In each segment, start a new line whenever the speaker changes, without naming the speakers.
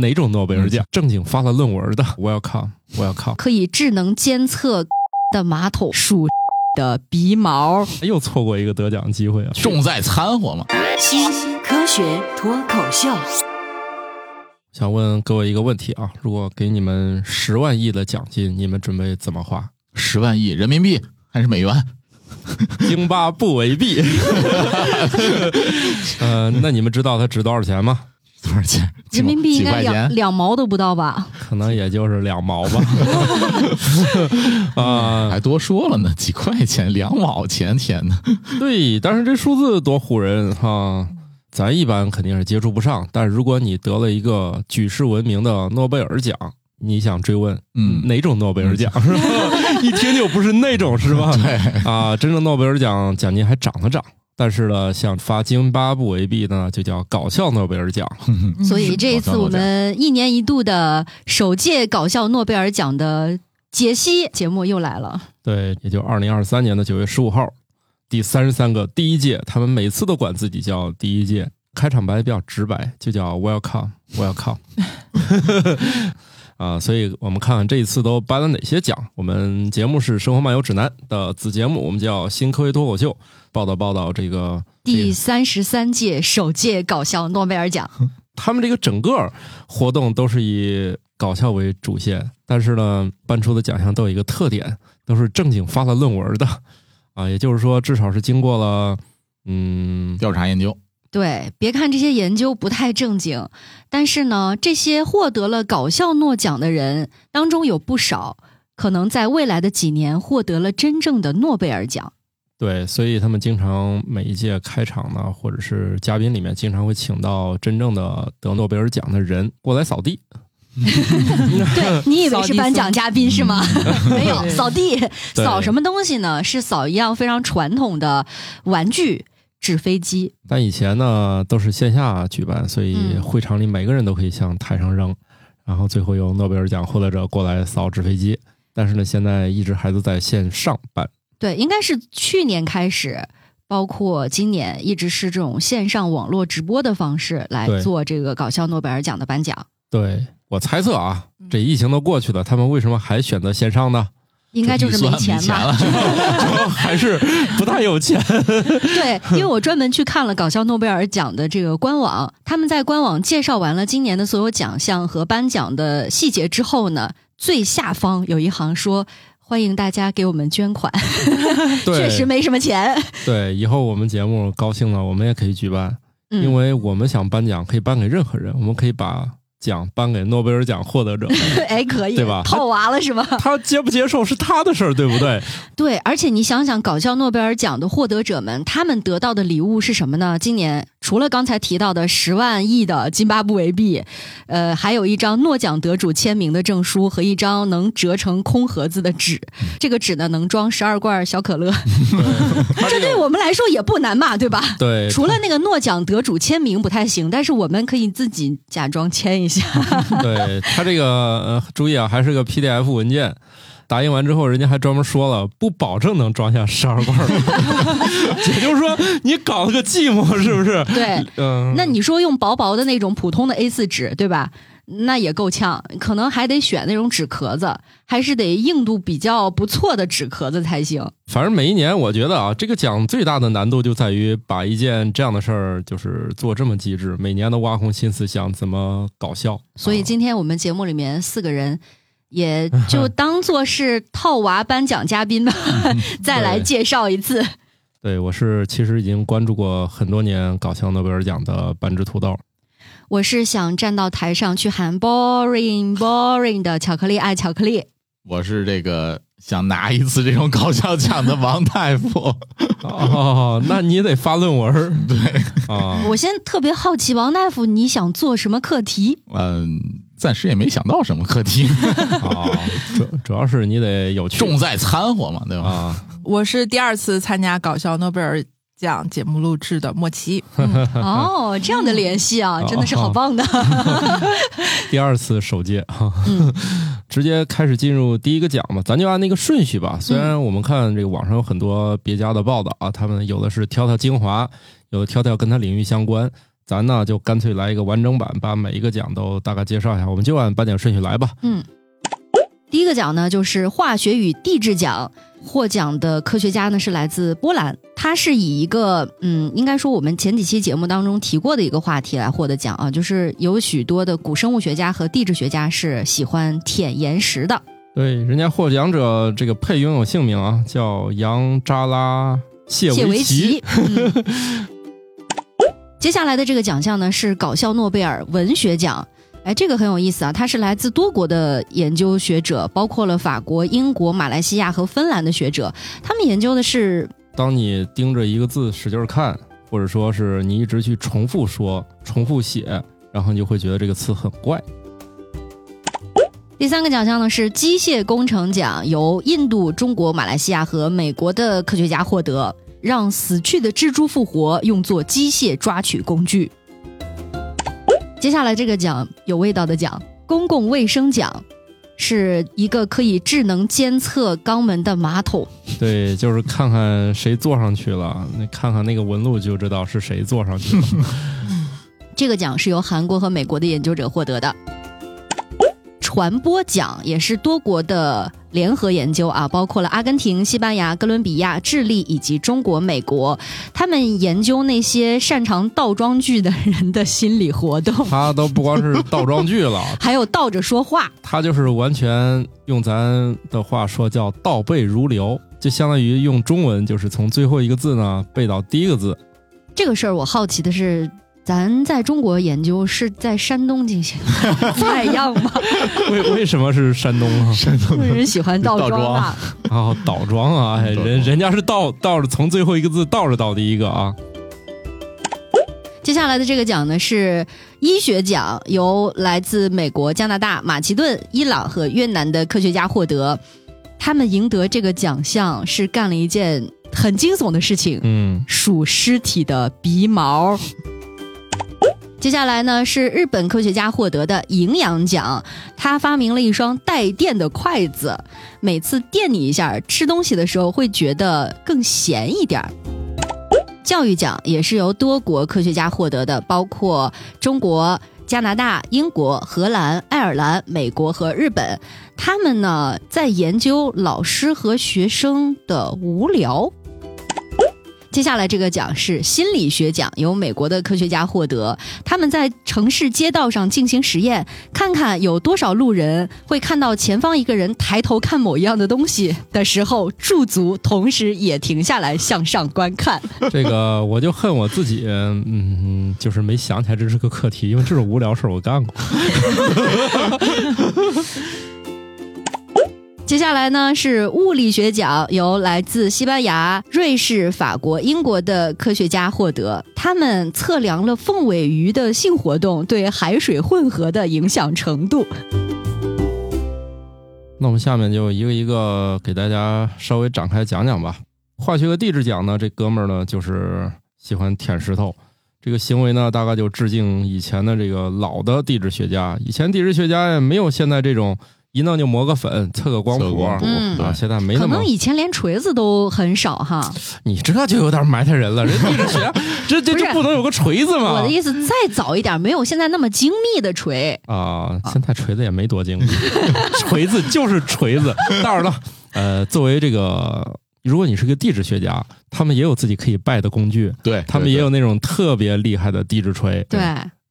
哪种诺贝尔奖，正经发了论文的，我要靠，我要 靠，
可以智能监测的马桶。
数的鼻毛，
哎又错过一个得奖机会啊！
重在掺和嘛。
新科学脱口秀，
想问各位一个问题啊，如果给你们十万亿的奖金，你们准备怎么花？
十万亿人民币还是美元？
津巴布韦币。 呃，那你们知道它值多少钱吗？
多少钱？
人民币
几
应该
块
两
钱？
两毛都不到吧？
可能也就是两毛吧。啊、
还多说了呢，几块钱，两毛钱，天哪！
对，但是这数字多唬人哈、咱一般肯定是接触不上，但是如果你得了一个举世闻名的诺贝尔奖，你想追问
嗯
哪种诺贝尔奖？是吧？ 一听就不是那种是吧？
对，
啊，真正诺贝尔奖奖金还涨了涨，但是呢，像发津巴布韦币呢，就叫搞笑诺贝尔奖。
嗯
所以这一
搞
次
笑
我们一年一度的首届搞笑诺贝尔奖的解析节目又来了。
对，也就二零二三年的九月十五号，第三十三个第一届，他们每次都管自己叫第一届，开场白比较直白，就叫 Welcome Welcome。啊，所以我们看看这一次都颁了哪些奖。我们节目是《生活漫游指南》的子节目，我们叫新科学脱口秀，报道报道这个这
第
个
三十三届首届搞笑诺贝尔奖，
他们这个整个活动都是以搞笑为主线，但是呢，颁出的奖项都有一个特点，都是正经发了论文的啊，也就是说，至少是经过了嗯，
调查研究，
对，别看这些研究不太正经，但是呢，这些获得了搞笑诺奖的人当中有不少，可能在未来的几年获得了真正的诺贝尔奖。
对，所以他们经常每一届开场呢，或者是嘉宾里面，经常会请到真正的得诺贝尔奖的人过来扫地。
对你以为
扫
是
地
颁
僧
奖嘉宾是吗？ 没有，
对
扫地
对
扫什么东西呢？是扫一样非常传统的玩具——纸飞机。
但以前呢都是线下举办，所以
嗯
会场里每个人都可以向台上扔，然后最后由诺贝尔奖获得者过来扫纸飞机。但是呢，现在一直还都在线上办。
对，应该是去年开始，包括今年一直是这种线上网络直播的方式来
对
做这个搞笑诺贝尔奖的颁奖。
对我猜测啊，
嗯
这疫情都过去了，他们为什么还选择线上呢？
应该就是没
预算
钱
没钱
吧？
了，
还是不太有钱？
对，因为我专门去看了搞笑诺贝尔奖的这个官网，他们在官网介绍完了今年的所有奖项和颁奖的细节之后呢，最下方有一行说。欢迎大家给我们捐款， 确实没什么钱。
对，以后我们节目高兴了，我们也可以举办，
嗯
因为我们想颁奖可以颁给任何人，我们可以把奖颁给诺贝尔奖获得 者，
哎，可以
对吧
套娃了是吧？
他接不接受是他的事儿，对不 对？
对，而且你想想，搞笑诺贝尔奖的获得者们，他们得到的礼物是什么呢？今年除了刚才提到的十万亿的津巴布韦币，呃，还有一张诺奖得主签名的证书和一张能折成空盒子的纸。这个纸呢，能装十二罐小可乐，这对我们来说也不难嘛，对吧？
对，
除了那个诺奖得主签名不太行，但是我们可以自己假装签一下。
对他这个、呃、注意啊，还是个 PDF 文件。打印完之后，人家还专门说了，不保证能装下十二罐儿，也就是说你搞了个寂寞，是不是？
对，
嗯，
那你说用薄薄的那种普通的 A 4纸，对吧？那也够呛，可能还得选那种纸壳子，还是得硬度比较不错的纸壳子才行。
反正每一年，我觉得啊，这个奖最大的难度就在于把一件这样的事儿，就是做这么极致，每年都挖空心思想怎么搞笑。
所以
啊
今天我们节目里面四个人，也就当做是套娃颁奖嘉宾吧， 再来介绍一次。
对我是其实已经关注过很多年搞笑诺贝尔奖的半只土豆，
我是想站到台上去喊 boring boring 的巧克力爱巧克力。
我是这个想拿一次这种搞笑奖的王大夫。
哦，那你得发论文儿，对啊，
我先特别好奇，王大夫，你想做什么课题？
嗯，暂时也没想到什么课 题，
啊，主主要是你得有趣
重在掺和嘛，对吧？
啊，
我是第二次参加搞笑诺贝尔奖节目录制的莫奇。
哦，这样的联系啊，
嗯
真的是好棒的。
第二次首届哈，
嗯
直接开始进入第一个奖吧，咱就按那个顺序吧。虽
嗯
然我们看这个网上有很多别家的报道啊，他们有的是挑挑精华，有的挑挑跟他领域相关。咱呢就干脆来一个完整版，把每一个奖都大概介绍一下，我们就按颁奖顺序来吧。
嗯，第一个奖呢就是化学与地质奖，获奖的科学家呢是来自波兰，他是以一个嗯，应该说我们前几期节目当中提过的一个话题来获得奖啊，就是有许多的古生物学家和地质学家是喜欢舔岩石的。
对，人家获奖者这个配拥有姓名啊，叫杨扎拉谢
谢
维
维奇。嗯 接下来的这个奖项呢是搞笑诺贝尔文学奖。哎，这个很有意思啊！它是来自多国的研究学者，包括了法国、英国、马来西亚和芬兰的学者，他们研究的是
当你盯着一个字使劲儿看，或者说是你一直去重复说、重复写，然后你就会觉得这个词很 怪。
第三个奖项呢是机械工程奖，由印度、中国、马来西亚和美国的科学家获得，让死去的蜘蛛复活，用作机械抓取工具。接下来这个奖有味道的奖——公共卫生奖，是一个可以智能监测肛门的马桶。
对，就是看看谁坐上去了，那看看那个纹路就知道是谁坐上去了。
这个奖是由韩国和美国的研究者获得的。传播奖也是多国的联合研究啊，包括了阿根廷、西班牙、哥伦比亚、智利以及中国、美国，他们研究那些擅长倒装句的人的心理活动，
他都不光是倒装句了，
还有倒着说话。
他就是完全用咱的话说叫倒背如流，就相当于用中文就是从最后一个字呢背到第一个字。
这个事儿我好奇的是，咱在中国研究是在山东进行的，采样吗？
为为什么是山东 啊？
山东
有人喜欢倒
倒
装
装
啊。
哦，倒装啊，哎
倒装
人人家是倒倒着从最后一个字倒着倒第一个啊。
接下来的这个奖呢是医学奖，由来自美国、加拿大、马其顿、伊朗和越南的科学家获得。他们赢得这个奖项是干了一件很惊悚的事情，
嗯，
数尸体的鼻毛。接下来呢是日本科学家获得的营养奖，他发明了一双带电的筷子，每次电你一下，吃东西的时候会觉得更咸一点儿。教育奖也是由多国科学家获得的，包括中国、加拿大、英国、荷兰、爱尔兰、美国和日本。他们呢在研究老师和学生的无聊。接下来这个奖是心理学奖，由美国的科学家获得。他们在城市街道上进行实验，看看有多少路人会看到前方一个人抬头看某一样的东西的时候驻足，同时也停下来向上观看。
这个我就恨我自己，嗯，就是没想起来这是个课题，因为这种无聊事儿我干过。
接下来呢是物理学奖，由来自西班牙、瑞士、法国、英国的科学家获得。他们测量了凤尾鱼的性活动对海水混合的影响程度。
那我们下面就一个一个给大家稍微展开讲讲吧。化学和地质奖呢，这哥们儿呢就是喜欢舔石头，这个行为呢大概就致敬以前的这个老的地质学家。以前地质学家也没有现在这种一弄就磨个粉、测个光
测个
谱
光
啊
谱，
嗯
对
现在没
可
那么
能以前连锤子都很少哈。
你这就有点埋汰人了，人地质学，这这
不是
这不能有个锤子吗
我的？意思，再早一点，没有现在那么精密的锤。
啊，现在锤子也没多精， 锤子就是锤子。当然了，呃，作为这个，如果你是个地质学家，他们也有自己可以拜的工具，
对
他们也有那种特别厉害的地质锤，
对，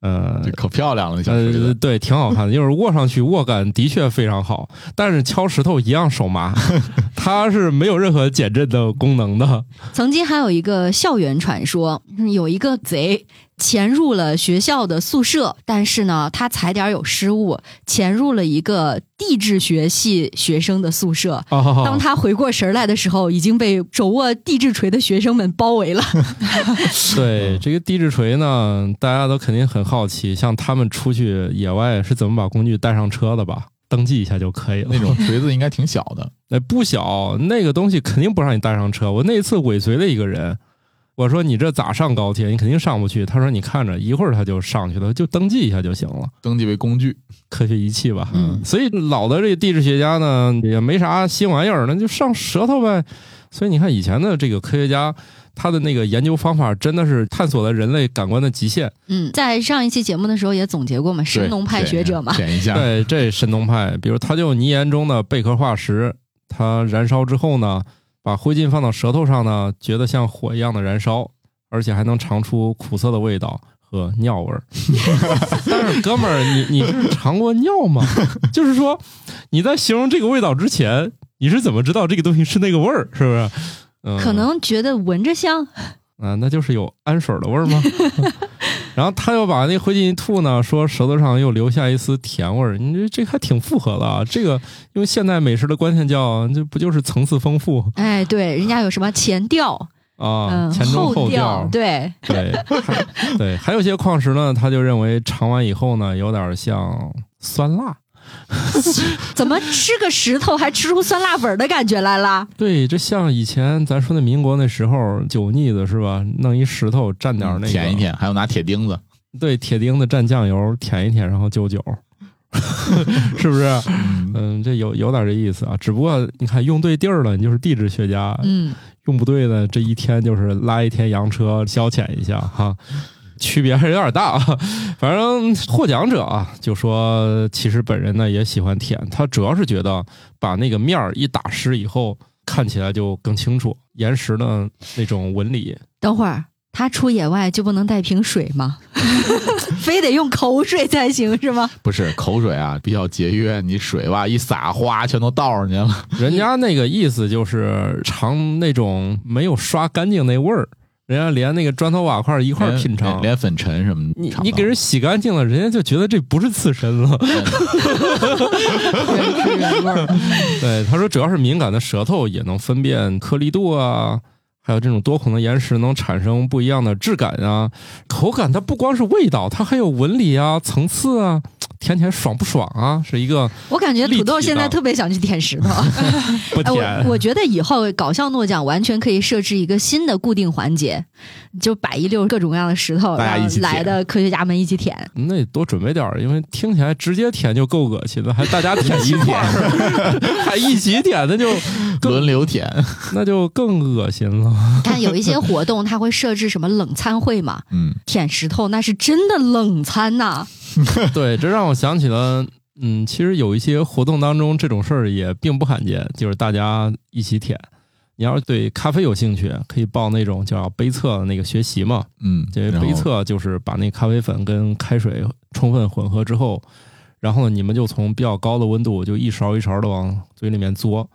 呃
这。可漂亮了，那小锤
呃，
子，
对，挺好看的，就是握上去握感的确非常好，但是敲石头一样手麻， 它是没有任何减震的功能的。
曾经还有一个校园传说，嗯有一个贼潜入了学校的宿舍，但是呢，他踩点儿有失误，潜入了一个地质学系学生的宿舍。
哦，
当他回过神儿来的时候，已经被手握地质锤的学生们包围 了。
对
嗯
这个地质锤呢，大家都肯定很好奇，像他们出去野外是怎么把工具带上车的吧？登记一下就可以了。
那种锤子应该挺小的，
哎，不小，那个东西肯定不让你带上车。我那一次尾随了一个人，我说你这咋上高铁？你肯定上不去。他说你看着，一会儿他就上去了，就登记一下就行了。
登记为工具。
科学仪器吧，
嗯
所以老的这地质学家呢也没啥新玩意儿，那就上舌头呗。所以你看以前的这个科学家，他的那个研究方法真的是探索了人类感官的极限。
嗯，在上一期节目的时候也总结过嘛，神农派学者嘛，
选一下，
对，这神农派，比如他就泥岩中的贝壳化石，它燃烧之后呢，把灰烬放到舌头上呢，觉得像火一样的燃烧，而且还能尝出苦涩的味道。和尿味儿，但是哥们儿，你你是尝过尿吗？就是说，你在形容这个味道之前，你是怎么知道这个东西是那个味儿？是不是？嗯，
可能觉得闻着香，
啊，那就是有氨水的味儿吗？然后他又把那灰烬一吐呢，说舌头上又留下一丝甜味儿。你这这还挺符合的啊！这个用现代美食的观念叫，这不就是层次丰富
哎，对，人家有什么前调，
啊？
嗯，
前中后
调，
调，
对，
对还对，还有些矿石呢，他就认为尝完以后呢，有点像酸辣。
怎么吃个石头还吃出酸辣粉儿的感觉来了？
对，这像以前咱说的民国那时候酒腻子是吧？弄一石头蘸点儿那个，
嗯舔一舔，还有拿铁钉子，
对，铁钉子蘸酱油，舔一舔，然后揪酒，是不是？嗯，这有有点这意思啊。只不过你看，用对地儿了，你就是地质学家；
嗯，
用不对呢，这一天就是拉一天洋车，消遣一下哈。区别还是有点大，啊。反正获奖者啊，就说其实本人呢也喜欢舔，他主要是觉得把那个面儿一打湿以后，看起来就更清楚岩石的那种纹理。
等会儿他出野外就不能带瓶水吗？ 非得用口水才行是吗？
不是口水啊，比较节约，你水吧一洒，哗，全都倒上去了。
人家那个意思就是尝那种没有刷干净那味儿，人家连那个砖头瓦块一块儿品尝。
连粉尘什么的
你
尝到，
你给人洗干净了，人家就觉得这不是刺身了。
原汁原味儿。
对，他说主要是敏感的舌头也能分辨颗粒度啊，还有这种多孔的岩石能产生不一样的质感啊，口感它不光是味道，它还有纹理啊、层次啊，舔起来爽不爽啊，是一个
我感觉土豆
立体的
现在特别想去舔石头。
不啊
哎，
舔。
我我觉得以后搞笑诺奖完全可以设置一个新的固定环节，就摆一溜各种各样的石头，
大家
然
一
后
起
来
舔
的科学家们一 起舔。
那得多准备点儿，因为听起来直接舔就够恶心了，还大家舔一块儿， 还一起舔，那就更
轮流舔，
那就更恶心 了。
你看有一些活动，它会设置什么冷餐会嘛，
嗯，
舔石头那是真的冷餐呐、
对，这让我想起了，嗯，其实有一些活动当中这种事儿也并不罕见，就是大家一起舔。你要是对咖啡有兴趣，可以报那种叫杯测的那个学习嘛。
嗯，
这
然后
杯测就是把那咖啡粉跟开水充分混合之后，然后呢，你们就从比较高的温度就一勺一勺的往嘴里面嘬。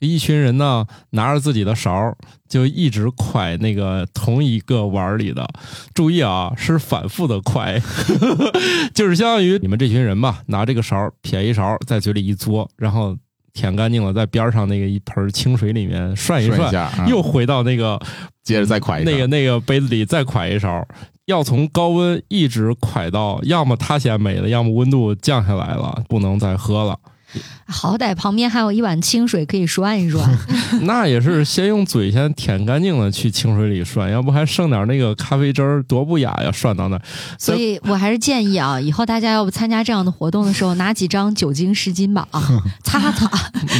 就一群人呢，拿着自己的勺儿，就一直蒯那个同一个碗儿里的。注意啊，是反复的蒯， 就是相当于你们这群人吧，拿这个勺儿撇一勺儿，在嘴里一嘬，然后舔干净了，在边儿上那个一盆儿清水里面涮一
涮
涮，
一下，啊
又回到那个
接着再蒯一下
那个那个杯子里再㧟一勺，要从高温一直㧟到，要么它先没了，要么温度降下来了，不能再喝了。
好歹旁边还有一碗清水可以涮一 涮。
那也是先用嘴先舔干净了，去清水里涮，要不还剩点那个咖啡汁儿，多不雅呀！涮到那儿，
所以我还是建议啊，以后大家要不参加这样的活动的时候，拿几张酒精湿巾吧啊， 擦擦。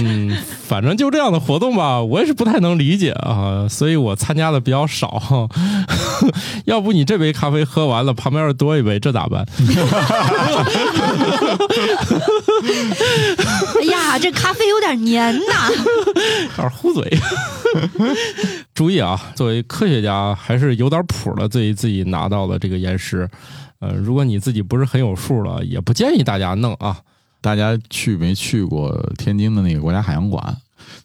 嗯，反正就这样的活动吧，我也是不太能理解啊，所以我参加的比较少。 要不你这杯咖啡喝完了，旁边又多一杯，这咋办？
哎呀，这咖啡有点黏呐。
有点糊嘴。 注意啊，作为科学家还是有点谱的，对于自己拿到的这个岩石，呃，如果你自己不是很有数了，也不建议大家弄啊。
大家去没去过天津的那个国家海洋馆？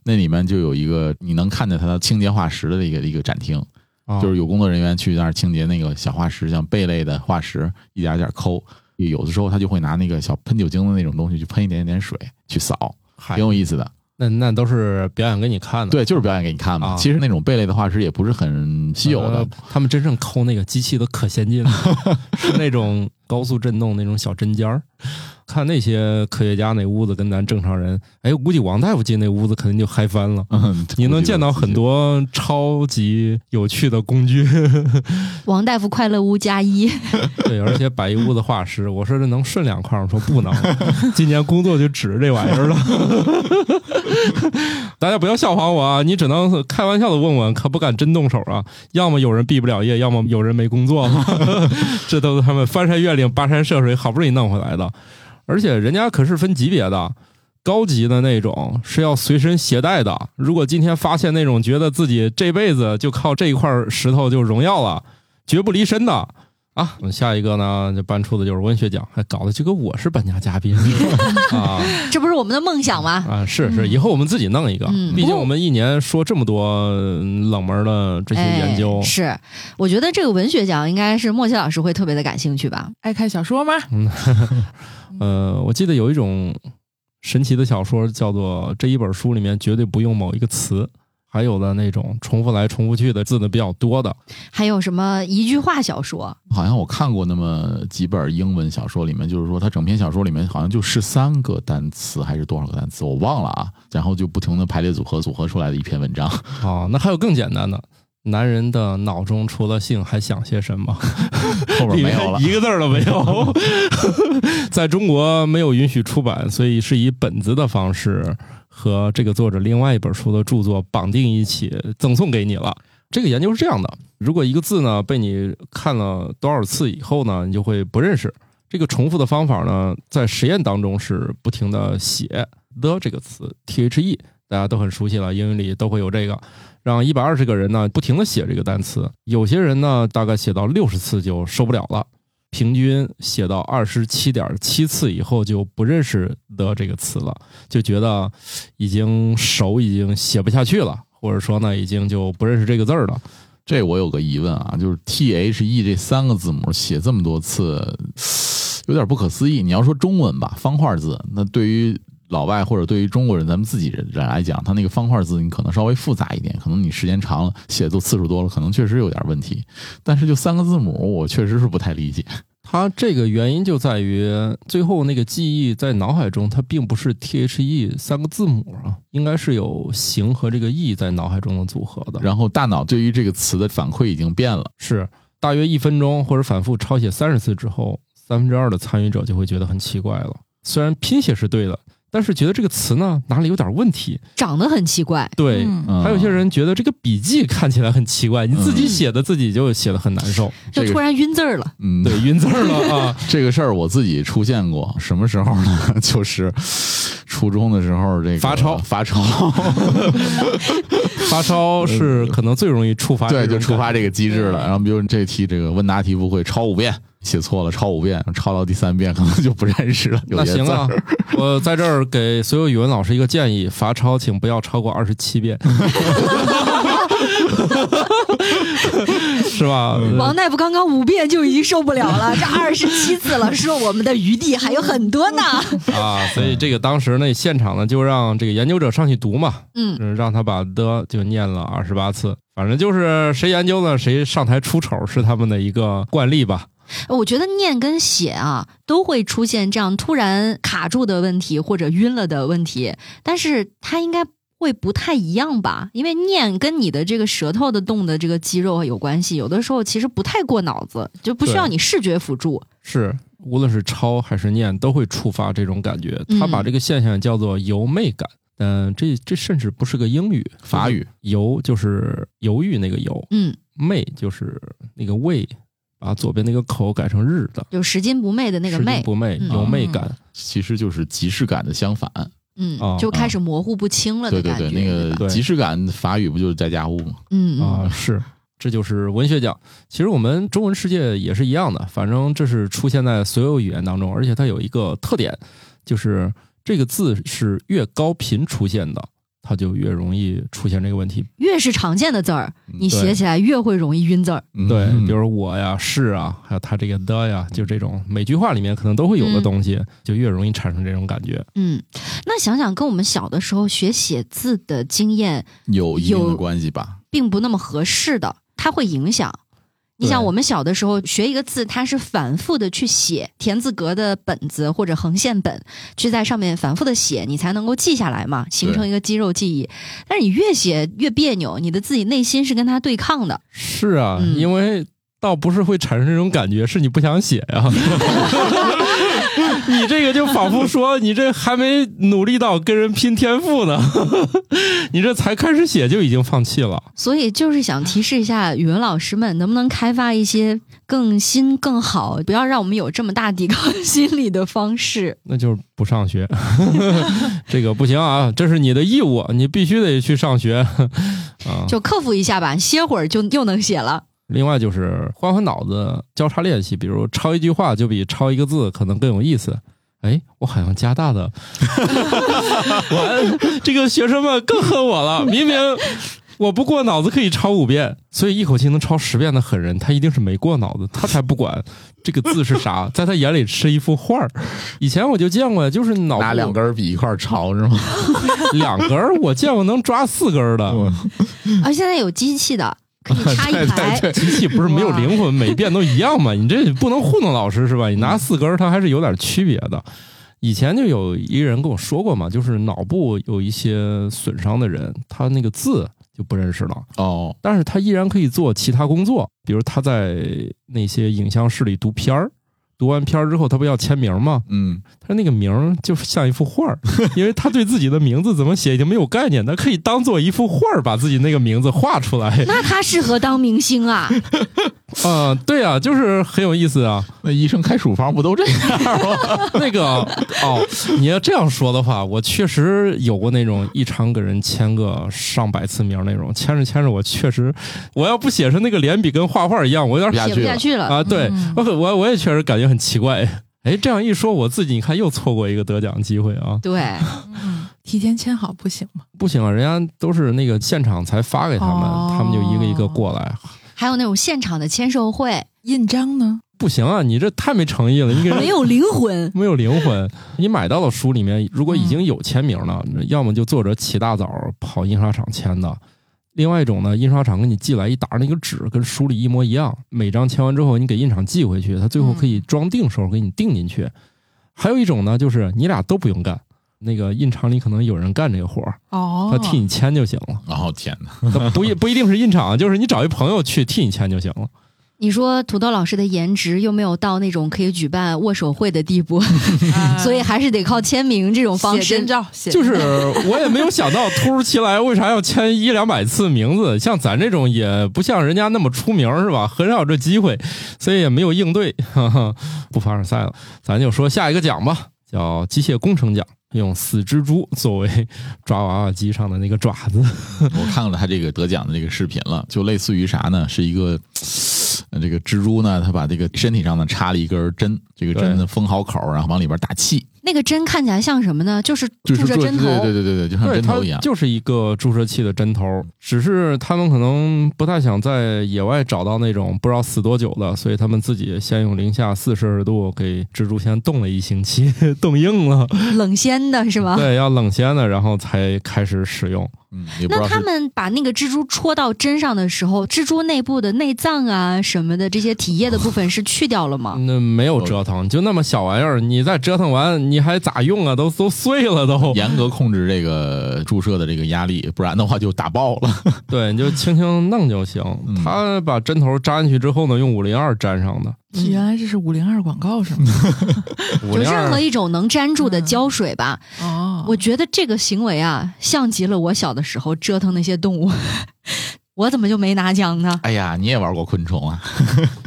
那里面就有一个你能看见它的清洁化石的一个一个展厅，
啊
就是有工作人员去那儿清洁那个小化石，像贝类的化石，一点一点抠。有的时候他就会拿那个小喷酒精的那种东西去喷一点点水去扫，
嗨
挺，有意思的。
那那都是表演给你看的，
对，就是表演给你看
嗯
嘛。
啊
其实那种贝类的化石也不是很稀有的
呃，他们真正 抠那个机器都可先进了，是那种高速震动那种小针尖儿。看那些科学家那屋子跟咱正常人，哎，我估计王大夫进那屋子肯定就嗨翻了。
嗯，
呃 你能见到很多超级有趣的工具，
王大夫快乐屋加一，
对，而且摆一屋子化石。我说这能顺两块儿吗？说不能， 今年工作就指着这玩意儿了。 大家不要效仿我啊，你只能开玩笑的问问，可不敢真动手啊。要么有人毕不了业，要么有人没工作嘛， 这都是他们翻山越岭、跋山涉水，好不容易弄回来的。而且人家可是分级别的。高级的那种是要随身携带的。如果今天发现那种觉得自己这辈子就靠这一块石头就荣耀了，绝不离身的，啊，下一个呢，就颁出的就是文学奖，还搞得就跟我是颁奖嘉宾似 的啊
这不是我们的梦想吗？
啊！是是，以后我们自己弄一个，
嗯
毕
不
竟
过
我们一年说这么多嗯冷门的这些研究
哎、，是，我觉得这个文学奖应该是莫西老师会特别的感兴趣吧？
爱看小说吗？
哎
嗯 呃，我记得有一种神奇的小说叫做这一本书里面绝对不用某一个词。还有的那种重复来重复去的字的比较多的，
还有什么一句话小说？
好像我看过那么几本英文小说，里面就是说，它整篇小说里面好像就十三个单词还是多少个单词，我忘了啊。然后就不停的排列组合，组合出来的一篇文章。
哦，那还有更简单的，男人的脑中除了性还想些什么？。
后边没有了
一个字儿都没有。 在中国没有允许出版，所以是以本子的方式和这个作者另外一本书的著作绑定一起赠送给你了。这个研究是这样的：如果一个字呢被你看了多少次以后呢，你就会不认识。这个重复的方法呢，在实验当中是不停的写的这个词 T H E，大家都很熟悉了，英语里都会有这个。让一百二十个人呢不停的写这个单词，有些人呢大概写到六十次就受不了了，平均写到二十七点七次以后就不认识的这个词了，就觉得已经手已经写不下去了，或者说呢已经就不认识这个字儿了。
这我有个疑问啊，就是 T H E 这三个字母写这么多次，有点不可思议。你要说中文吧，方块字，那对于老外或者对于中国人，咱们自己人来讲，他那个方块字你可能稍微复杂一点，可能你时间长了，写作次数多了，可能确实有点问题。但是就三个字母，我确实是不太理解。
它这个原因就在于最后那个记忆在脑海中，它并不是 T H E 三个字母啊，应该是有形和这个 E 在脑海中的组合的。
然后大脑对于这个词的反馈已经变了，
是大约一分钟或者反复抄写三十次之后，三分之二的参与者就会觉得很奇怪了。虽然拼写是对的，但是觉得这个词呢哪里有点问题。
长得很奇怪，
对，
嗯
嗯
还有些人觉得这个笔记看起来很奇怪，你自己写的自己就写的很难受，
就
这个
突然晕字儿了。
嗯，
对，晕字儿了 啊。
这个事儿我自己出现过，什么时候呢？ 就是初中的时候，这个
发烧
发烧，
发烧是可能最容易触发这
嗯对，
种
就触发
感
这个机制了。然后比如这题这个问答题不会，抄五遍，写错了抄五遍，抄到第三遍可能就不认识了。有
那
些
行
字儿
啊，我在这儿给所有语文老师一个建议：罚抄请不要超过二十七 遍， 是吧？
嗯
呃
王大夫刚刚五遍就已经受不了了，这二十七次了，说我们的余地还有很多呢。
啊，所以这个当时那现场呢，就让这个研究者上去读嘛，
嗯，
嗯，让他把的就念了二十八次，反正就是谁研究呢，谁上台出丑是他们的一个惯例吧。
呃我觉得念跟写啊都会出现这样突然卡住的问题或者晕了的问题，但是它应该会不太一样吧？因为念跟你的这个舌头的动的这个肌肉啊有关系，有的时候其实不太过脑子，就不需要
对
你视觉辅助。
是，无论是抄还是念，都会触发这种感觉。
嗯
他把这个现象叫做“犹昧感”，嗯，这这甚至不是个英语，
法语，
犹就是犹豫那个犹，
嗯，
昧就是那个胃，把左边那个口改成日的，
就拾金不昧的那个
拾金
昧，
不昧，
嗯
犹昧感。
其实就是即视感的相反。
嗯，
哦
就开始模糊不清了
啊对
的
对
感觉。
对，那
吧
个
对
即视感法语不就是家家户吗？
嗯嗯
啊，是，这就是文学奖。其实我们中文世界也是一样的，反正这是出现在所有语言当中，而且它有一个特点，就是这个字是越高频出现的，它就越容易出现这个问题。
越是常见的字儿，
嗯
你写起来越会容易晕字儿。
嗯
对，
嗯
比如我呀、是啊，还有他这个的呀，就这种每句话里面可能都会有的东西，就越容易产生这种感觉。
嗯，那想想跟我们小的时候学写字的经验
有一定
有
的关系吧。
并不那么合适的，它会影响。你想，
对
我们小的时候学一个字，它是反复的去写田字格的本子或者横线本，去在上面反复的写，你才能够记下来嘛，形成一个肌肉记忆。但是你越写越别扭，你的自己内心是跟它对抗的。
是啊，
嗯
因为倒不是会产生这种感觉， 是你不想写呀、你这个就仿佛说你这还没努力到跟人拼天赋呢， 你这才开始写就已经放弃了。
所以就是想提示一下语文老师们，能不能开发一些更新更好，不要让我们有这么大抵抗心理的方式。
那就是不上学， 这个不行啊，这是你的义务，你必须得去上学 啊。
就克服一下吧，歇会儿就又能写了。
另外就是换换脑子，交叉练习，比如抄一句话就比抄一个字可能更有意思。哎，我好像加大的， 完，这个学生们更恨我了。明明我不过脑子可以抄五遍，所以一口气能抄十遍的狠人，他一定是没过脑子，他才不管这个字是啥， 在他眼里是一幅画儿。以前我就见过，就是脑
拿
部
两根儿笔一块儿抄是 吗？
两根儿，我见过能抓四根儿的。
啊，现在有机器的，可以 插一排。
机器不是没有
哇
灵魂，每遍都一样嘛？你这不能糊弄老师是吧？你拿四根，儿，它还是有点区别的。以前就有一个人跟我说过嘛，就是脑部有一些损伤的人，他那个字就不认识了，
哦，
但是他依然可以做其他工作，比如他在那些影像室里读片儿，读完片儿之后，他不要签名吗？
嗯，
他那个名儿就是像一幅画儿， 因为他对自己的名字怎么写已经没有概念，他可以当做一幅画儿把自己那个名字画出 来。
那他适合当明星啊！
啊、对啊，就是很有意思 啊。
那医生开处方不都这 样吗？
那个哦，你要这样说的话，我确实有过那种一场给人签个上百次名儿那种，签着签着，我确实，我要不写成那个连笔跟画画一样，我有点
下
写不
去
下
了，
去了。
啊，对
嗯
我我我也确实感觉很奇怪。哎，这样一说，我自己你看又错过一个得奖机会啊！
对，
嗯，提前签好不行吗？
不行啊，人家都是那个现场才发给他们，
哦
他们就一个一个过来，
还有那种现场的签售会，
印章呢？
不行啊，你这太没诚意了，你给人
没有灵魂。
没有灵魂。 嗯你买到的书里面，如果已经有签名了，要么就作者起大早跑印刷厂签的，另外一种呢，印刷厂给你寄来一沓那个纸，跟书里一模一样，每张签完之后，你给印厂寄回去，它最后可以装订时候给你订进去。还有一种呢，就是你俩都不用干。那个印厂里可能有人干这个活儿，
哦，
他替你签就行了，
哦天哪，
他不一不一定是印厂，啊就是你找一朋友去替你签就行了。
你说土豆老师的颜值又没有到那种可以举办握手会的地步，
啊
哎
所以还是得靠签名这种方
写
式
真。照，写
就是我也没有想到，突如其来为啥要签一两百次名字？ 像咱这种也不像人家那么出名是吧？很少有这机会，所以也没有应对， 哈哈，不凡尔赛了。咱就说下一个奖吧，叫机械工程奖，用死蜘蛛作为抓娃娃机上的那个爪子。
我看了他这个得奖的这个视频了，就类似于啥呢？是一个。呃这个蜘蛛呢，它把这个身体上呢插了一根针，这个针呢封好口，然后往里边打气，
那个针看起来像什么呢？就是注
就是
射
做
针头。
对对对对 对，就像
对，
针
它
头一样。
就是一个注射器的针头，只是他们可能不太想在野外找到那种不知道死多久的，所以他们自己先用零下四十度给蜘蛛先冻了一星期， 冻硬了，
冷鲜的是吗？
对，要冷鲜的，然后才开始使用。
嗯，也不知
那
道
他
是
们把那个蜘蛛戳到针上的时候，蜘蛛内部的内脏啊什么的这些体液的部分是去掉了吗？
啊那没有折腾，就那么小玩意儿，你再折腾完，你还咋用啊？都都碎了 都。
严格控制这个注射的这个压力，不然的话就打爆了。
对，你就轻轻弄就行
嗯。
他把针头扎进去之后呢，用五零二粘上的。
是原来这是五零二广告是吗？
五
嗯啊
就
零
任何
二，
一种能粘住的
嗯
胶水吧，
哦，
我觉得这个行为啊，像极了我小的时候折腾那些动物。 我怎么就没拿奖呢？
哎呀，你也玩过昆虫啊？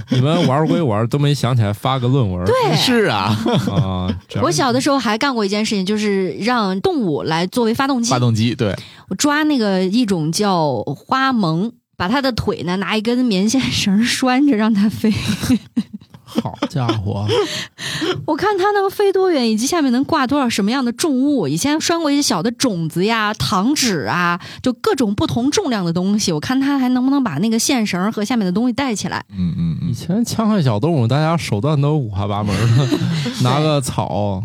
你们玩归玩，都没想起来发个论文。
对，
是 啊，
啊，这样
我小的时候还干过一件事情，就是让动物来作为发动机
发。动机对，
我抓那个一种叫花萌，把它的腿呢拿一根棉线绳拴着让它飞。
好家伙，
我看它能飞多远，以及下面能挂多少什么样的重物。以前拴过一些小的种子呀、糖纸啊，就各种不同重量的东西。我看它还能不能把那个线绳和下面的东西带起来。
嗯
以
嗯嗯，
前枪害小动物，大家手段都五花八门的，拿个草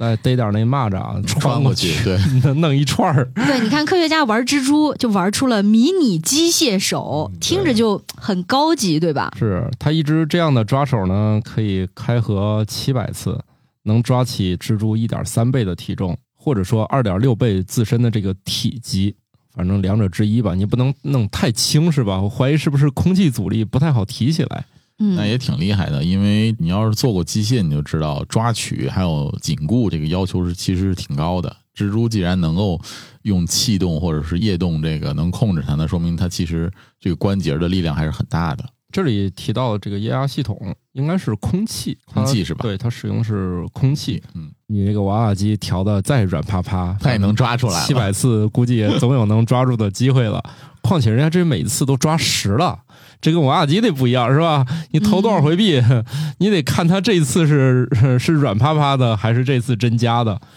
再逮点那蚂蚱
穿
过
过去，，对，
弄 弄一串儿。
对，你看科学家玩蜘蛛就玩出了迷你机械手，
嗯
听着就很高级，对吧？
是它一只这样的抓手呢，可以开合七百次，能抓起蜘蛛一点三倍的体重，或者说二点六倍自身的这个体积，反正两者之一吧。你不能弄太轻是吧？我怀疑是不是空气阻力不太好提起来。
嗯，
那也挺厉害的，因为你要是做过机械，你就知道抓取还有紧固这个要求是其实是挺高的。蜘蛛既然能够用气动或者是液动这个能控制它，那说明它其实这个关节的力量还是很大的。
这里提到的这个液压系统应该是空气，
空气
它
是吧
对，它使用的是空气。
嗯，
你这个娃娃机调的再软趴趴，
它也能抓出来了
七百次估计也总有能抓住的机会了。况且人家这每次都抓实了，这跟娃娃机那不一样是吧？你投多少回币，你得看他这一次是是是软趴趴的，还是这次真加的。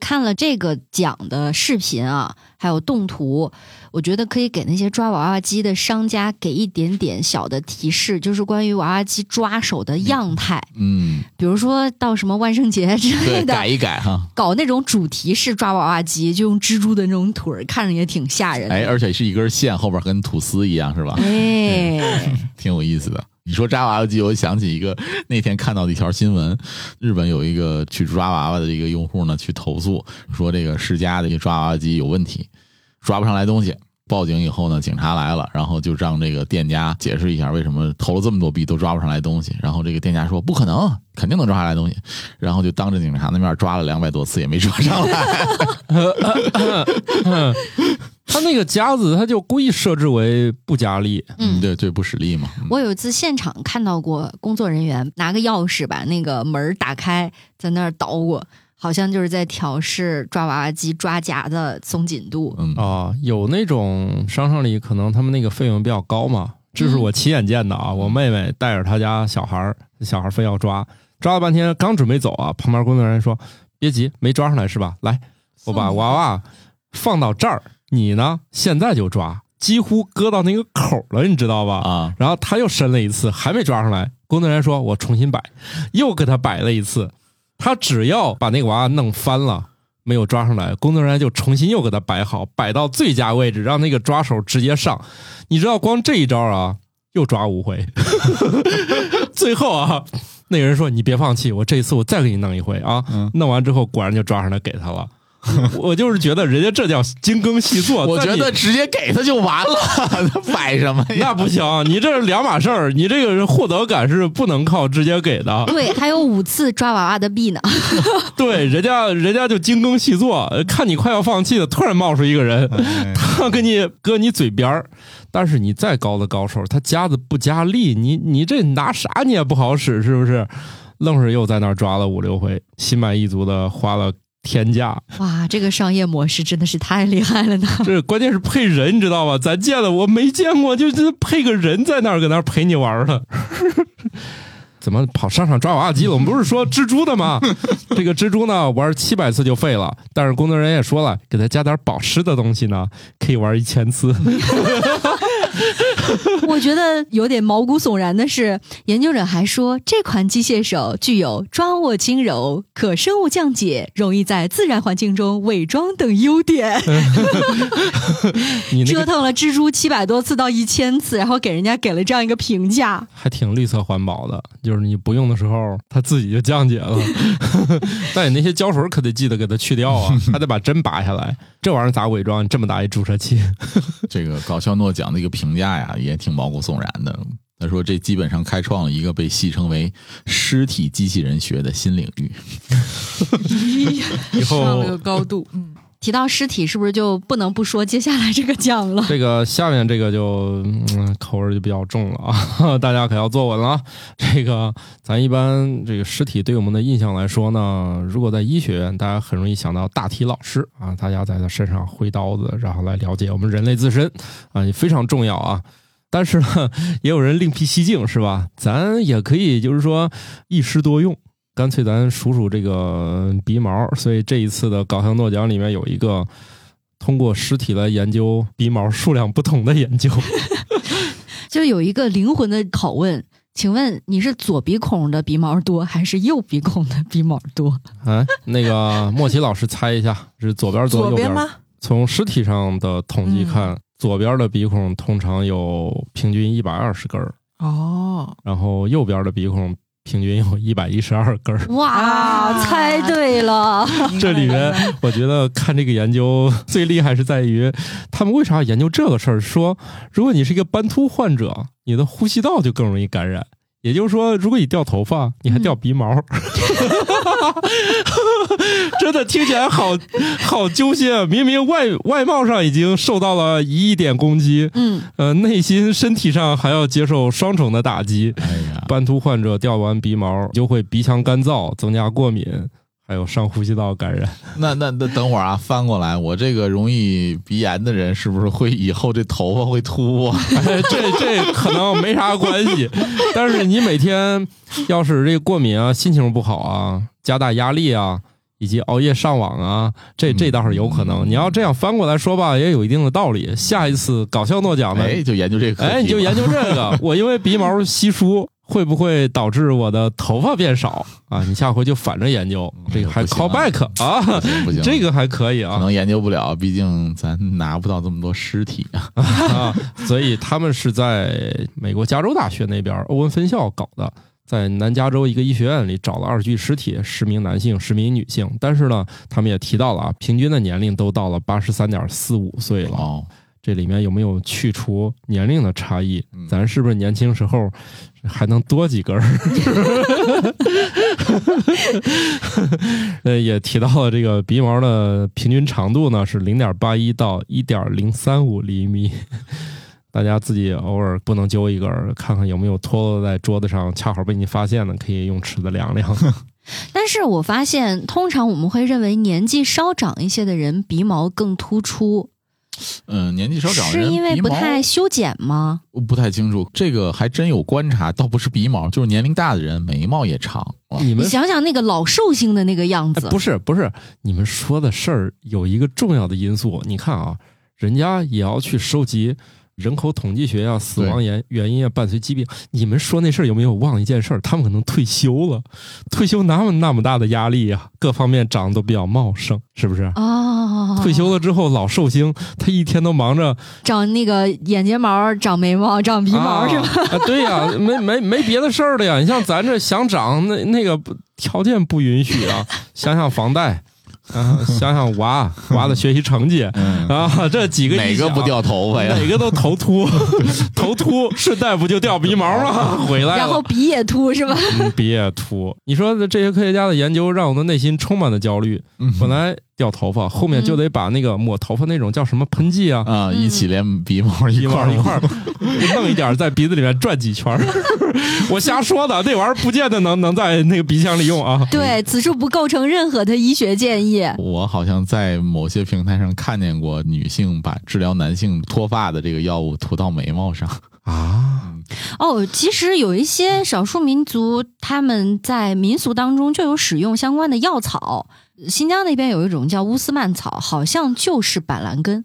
看了这个奖的视频啊，还有动图，我觉得可以给那些抓娃娃机的商家给一点点小的提示，就是关于娃娃机抓手的样态，
嗯，
比如说到什么万圣节之类
对，改
的，
一改 哈。
搞那种主题式抓娃娃机，就用蜘蛛的那种腿儿，看着也挺吓人的。
哎，而且是一根线，后边跟吐司一样，是吧？
哎，
挺有意思的。你说抓娃娃机，我想起一个那天看到的一条新闻，日本有一个去抓娃娃的一个用户呢，去投诉说这个世嘉的一个抓娃娃机有问题，抓不上来东西。报警以后呢，警察来了，然后就让这个店家解释一下为什么投了这么多币都抓不上来东西。然后这个店家说不可能，肯定能抓下来东西。然后就当着警察的面抓了两百多次也没抓上来。
他那个夹子，他就故意设置为不加力，
嗯
对对，不使力嘛。嗯
我有一次现场看到过工作人员拿个钥匙把那个门儿打开，在那儿捣鼓，好像就是在调试抓娃娃机抓夹的松紧度。
嗯
啊，有那种商场里可能他们那个费用比较高嘛，这是我亲眼见的啊。我妹妹带着她家小孩儿，小孩儿非要抓，抓了半天，刚准备走啊，旁边工作人员说：“别急，没抓上来是吧？来，我把娃娃放到这儿，你呢现在就抓，几乎搁到那个口了，你知道吧？”
啊，
然后他又伸了一次，还没抓上来。工作人员说：“我重新摆，又给他摆了一次。他只要把那个娃娃弄翻了，没有抓上来，工作人员就重新又给他摆好，摆到最佳位置，让那个抓手直接上。你知道，光这一招啊，又抓五回。 最后啊，那个人说：‘你别放弃，我这一次我再给你弄一回啊！’
嗯
弄完之后，果然就抓上来给他了。 我就是觉得人家这叫精耕细作，
我
在
觉
你
得直接给他就完 了，他摆什么呀？
那不行，你这是两码事儿，你这个获得感是不能靠直接给 的。
对，还有五次抓娃娃的币呢。
对，人家人家就精耕细作，呃看你快要放弃了，突然冒出一个人，
哎
他给你搁你嘴边儿。但是你再高的高手，他夹子不加力，你你这拿啥你也不好使，是不是？愣是又在那儿抓了五六回，心满意足的花了天价。
哇，这个商业模式真的是太厉害了呢！
这关键是配人，你知道吧？咱见了我没见过，就就配个人在那儿搁那儿陪你玩儿了。 怎么跑商场抓娃娃机了？我们不是说蜘蛛的吗？这个蜘蛛呢，玩七百次就废了，但是工作人员也说了，给它加点保湿的东西呢，可以玩一千次。
我觉得有点毛骨悚然的是，研究者还说这款机械手具有抓握轻柔、可生物降解、容易在自然环境中伪装等优点。
你那
折
个
腾了蜘蛛七百多次到一千次，然后给人家给了这样一个评价，
还挺绿色环保的，就是你不用的时候，它自己就降解了。但你那些胶水可得记得给它去掉啊，还得把针拔下来。这玩意儿咋伪装？这么大一注射器。
这个搞笑诺奖的一个评价呀，也挺毛骨悚然的。他说：“这基本上开创了一个被戏称为‘尸体机器人学’的新领域。
以后
上了个高度，嗯，
提到尸体，是不是就不能不说接下来这个奖 了？
这个下面这个就、嗯、口味儿就比较重了啊， 大家可要坐稳了啊。这个咱一般这个尸体对我们的印象来说呢，如果在医学院，大家很容易想到大体老师啊，大家在他身上挥刀子，然后来了解我们人类自身啊，也非常重要啊。但是呢， 也有人另辟蹊径，是吧？咱也可以就是说一师多用。干脆咱数数这个鼻毛，所以这一次的搞笑诺奖里面有一个通过尸体来研究鼻毛数量不同的研究。
就有一个灵魂的拷问：请问你是左鼻孔的鼻毛多，还是右鼻孔的鼻毛多？
哎，那个莫奇老师猜一下，是左边多
左
右
边
边？
吗？嗯
从尸体上的统计看，左边的鼻孔通常有平均一百二十根儿，
哦，
然后右边的鼻孔平均有一百一十二根儿。
哇，
啊
猜对了！
这里面，我觉得看这个研究最厉害是在于，他们为啥要研究这个事儿？说如果你是一个斑秃患者，你的呼吸道就更容易感染。也就是说，如果你掉头发，你还掉鼻毛，真的听起来好好揪心啊！明明外外貌上已经受到了一点攻击，
嗯，
呃，内心身体上还要接受双重的打击。
哎呀，
斑秃患者掉完鼻毛就会鼻腔干燥，增加过敏，还有上呼吸道感染。
那那那等会儿啊，翻过来，我这个容易鼻炎的人是不是会以后这头发会秃啊？
哎 这这可能没啥关系，但是你每天要是这个过敏啊，心情不好啊，加大压力啊，以及熬夜上网啊，这这倒是有可能。
嗯
你要这样翻过来说吧，也有一定的道理。下一次搞笑诺奖呢，
哎，就研究这个课题吧，
哎，你就研究这个，我因为鼻毛稀疏。会不会导致我的头发变少啊？你下回就反着研究，这个还
不行啊
call back 啊
不，行不行，
这个还可以
可
啊
能研究不了，毕竟咱拿不到这么多尸体啊。
啊！所以他们是在美国加州大学那边欧文分校搞的，在南加州一个医学院里找了二具尸体，十名男性，十名女性。但是呢，他们也提到了啊，平均的年龄都到了八十三点四五岁了。
哦，
这里面有没有去除年龄的差异
嗯？
咱是不是年轻时候还能多几根儿？ 呃，也提到了这个鼻毛的平均长度呢是零点八一到一点零三五厘米。大家自己偶尔不能揪一根儿，看看有没有脱落在桌子上，恰好被你发现的，可以用尺子量量。
但是我发现，通常我们会认为年纪稍长一些的人鼻毛更突出，
嗯，年纪稍长的
是
人
因为
鼻
不
毛
太修剪吗？
我不太清楚，这个还真有观察，倒不是鼻毛，就是年龄大的人眉毛也长。哇
你
你
们
想想那个老寿星的那个样
哎，
子，
不是不是，你们说的事儿有一个重要的因素，你看啊，人家也要去收集人口统计学呀、死亡原原因啊、伴随疾病。你们说那事儿有没有忘一件事儿？他们可能退休了，退休哪有那么大的压力呀、各方面长得都比较茂盛，是不是？
哦，
退休了之后，老寿星他一天都忙着
长那个眼睫毛、长眉毛、长鼻毛、是吧？
吧？啊，对呀、没没没别的事儿了呀。你像咱这想长，那那个不条件不允许啊。想想房贷，啊，想想娃娃的学习成绩
嗯，
啊，这几个
哪
一想
个不掉头发呀？
哪个都头秃， 头秃，顺带不就掉鼻毛 吗？回来
然后
了，
鼻也秃是吧？
嗯别秃。你说这些科学家的研究让我的内心充满了焦虑。
嗯
本来掉头发，后面
嗯
就得把那个抹头发那种叫什么喷剂啊，
啊，一起连鼻毛一
一
块
块
儿
儿一块儿 弄一点儿在鼻子里面转几圈儿。 我瞎说的，那玩意儿不见得能能在那个鼻腔里用啊。
对，此处不构成任何的医学建议。
我好像在某些平台上看见过女性把治疗男性脱发的这个药物涂到眉毛上。
啊，
哦，其实有一些少数民族，他们在民俗当中就有使用相关的药草。新疆那边有一种叫乌斯曼草，好像就是板蓝根。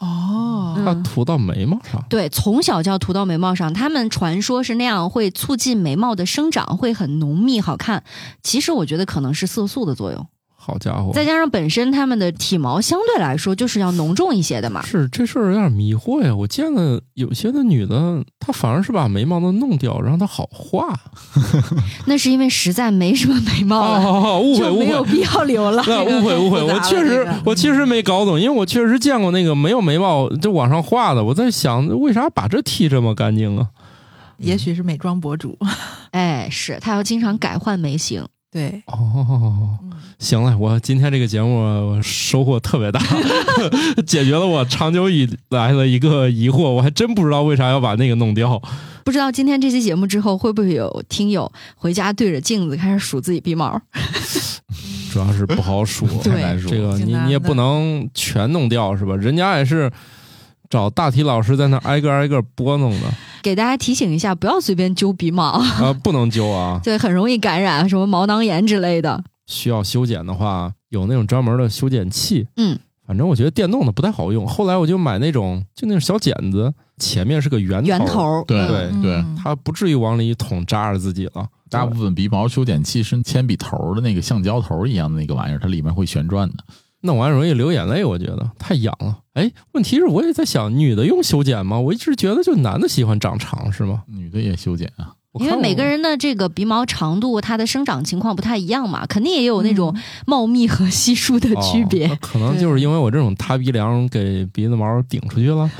哦，
它
嗯
涂到眉毛上，
对，从小就要涂到眉毛上，他们传说是那样会促进眉毛的生长，会很浓密好看。其实我觉得可能是色素的作用，
好家伙！
再加上本身他们的体毛相对来说就是要浓重一些的嘛。
是这事儿有点迷惑呀。我见了有些的女的，她反而是把眉毛都弄掉，让她好画。
那是因为实在没什么眉毛了，
哦，误会
就
误
没有
会。
必要 留了。
那
这个
误会
更
误会，
复杂
我
了
确实
这个
我确实没搞懂，因为我确实见过那个没有眉毛就往上画的，我在想为啥把这剃这么干净啊？
也许是美妆博主，
哎，是他要经常改换眉型。
对，
哦，
嗯
行了，我今天这个节目我收获特别大， 解决了我长久以来的一个疑惑，我还真不知道为啥要把那个弄掉。
不知道今天这期节目之后，会不会有听友回家对着镜子开始数自己鼻毛？
主要是不好数，
对
太难数
这个
挺
你
难的
你也不能全弄掉是吧？人家也是找大体老师在那挨个挨个拨弄的，
给大家提醒一下，不要随便揪 鼻毛，
啊、不能揪 啊，
对，很容易感染什么毛囊炎之类的。
需要修剪的话，有那种专门的修剪器。
嗯，
反正我觉得电动的不太好用。后来我就买那种就那种小剪子，前面是个圆
圆头，
对
嗯
对
对
嗯
他不至于往里一捅扎着自己了。
大部分鼻毛修剪器是铅笔头的那个橡胶头一样的那个玩意儿，它里面会旋转的。
弄完容易流眼泪，我觉得太痒了。哎，问题是我也在想，女的用修剪吗？我一直觉得就男的喜欢长长是吗？
女的也修剪啊，
我
因为
看
每
我
个人的这个鼻毛长度，它的生长情况不太一样嘛，肯定也有那种茂密和稀疏的区别。
嗯哦那可能就是因为我这种塌鼻梁给鼻子毛顶出去了。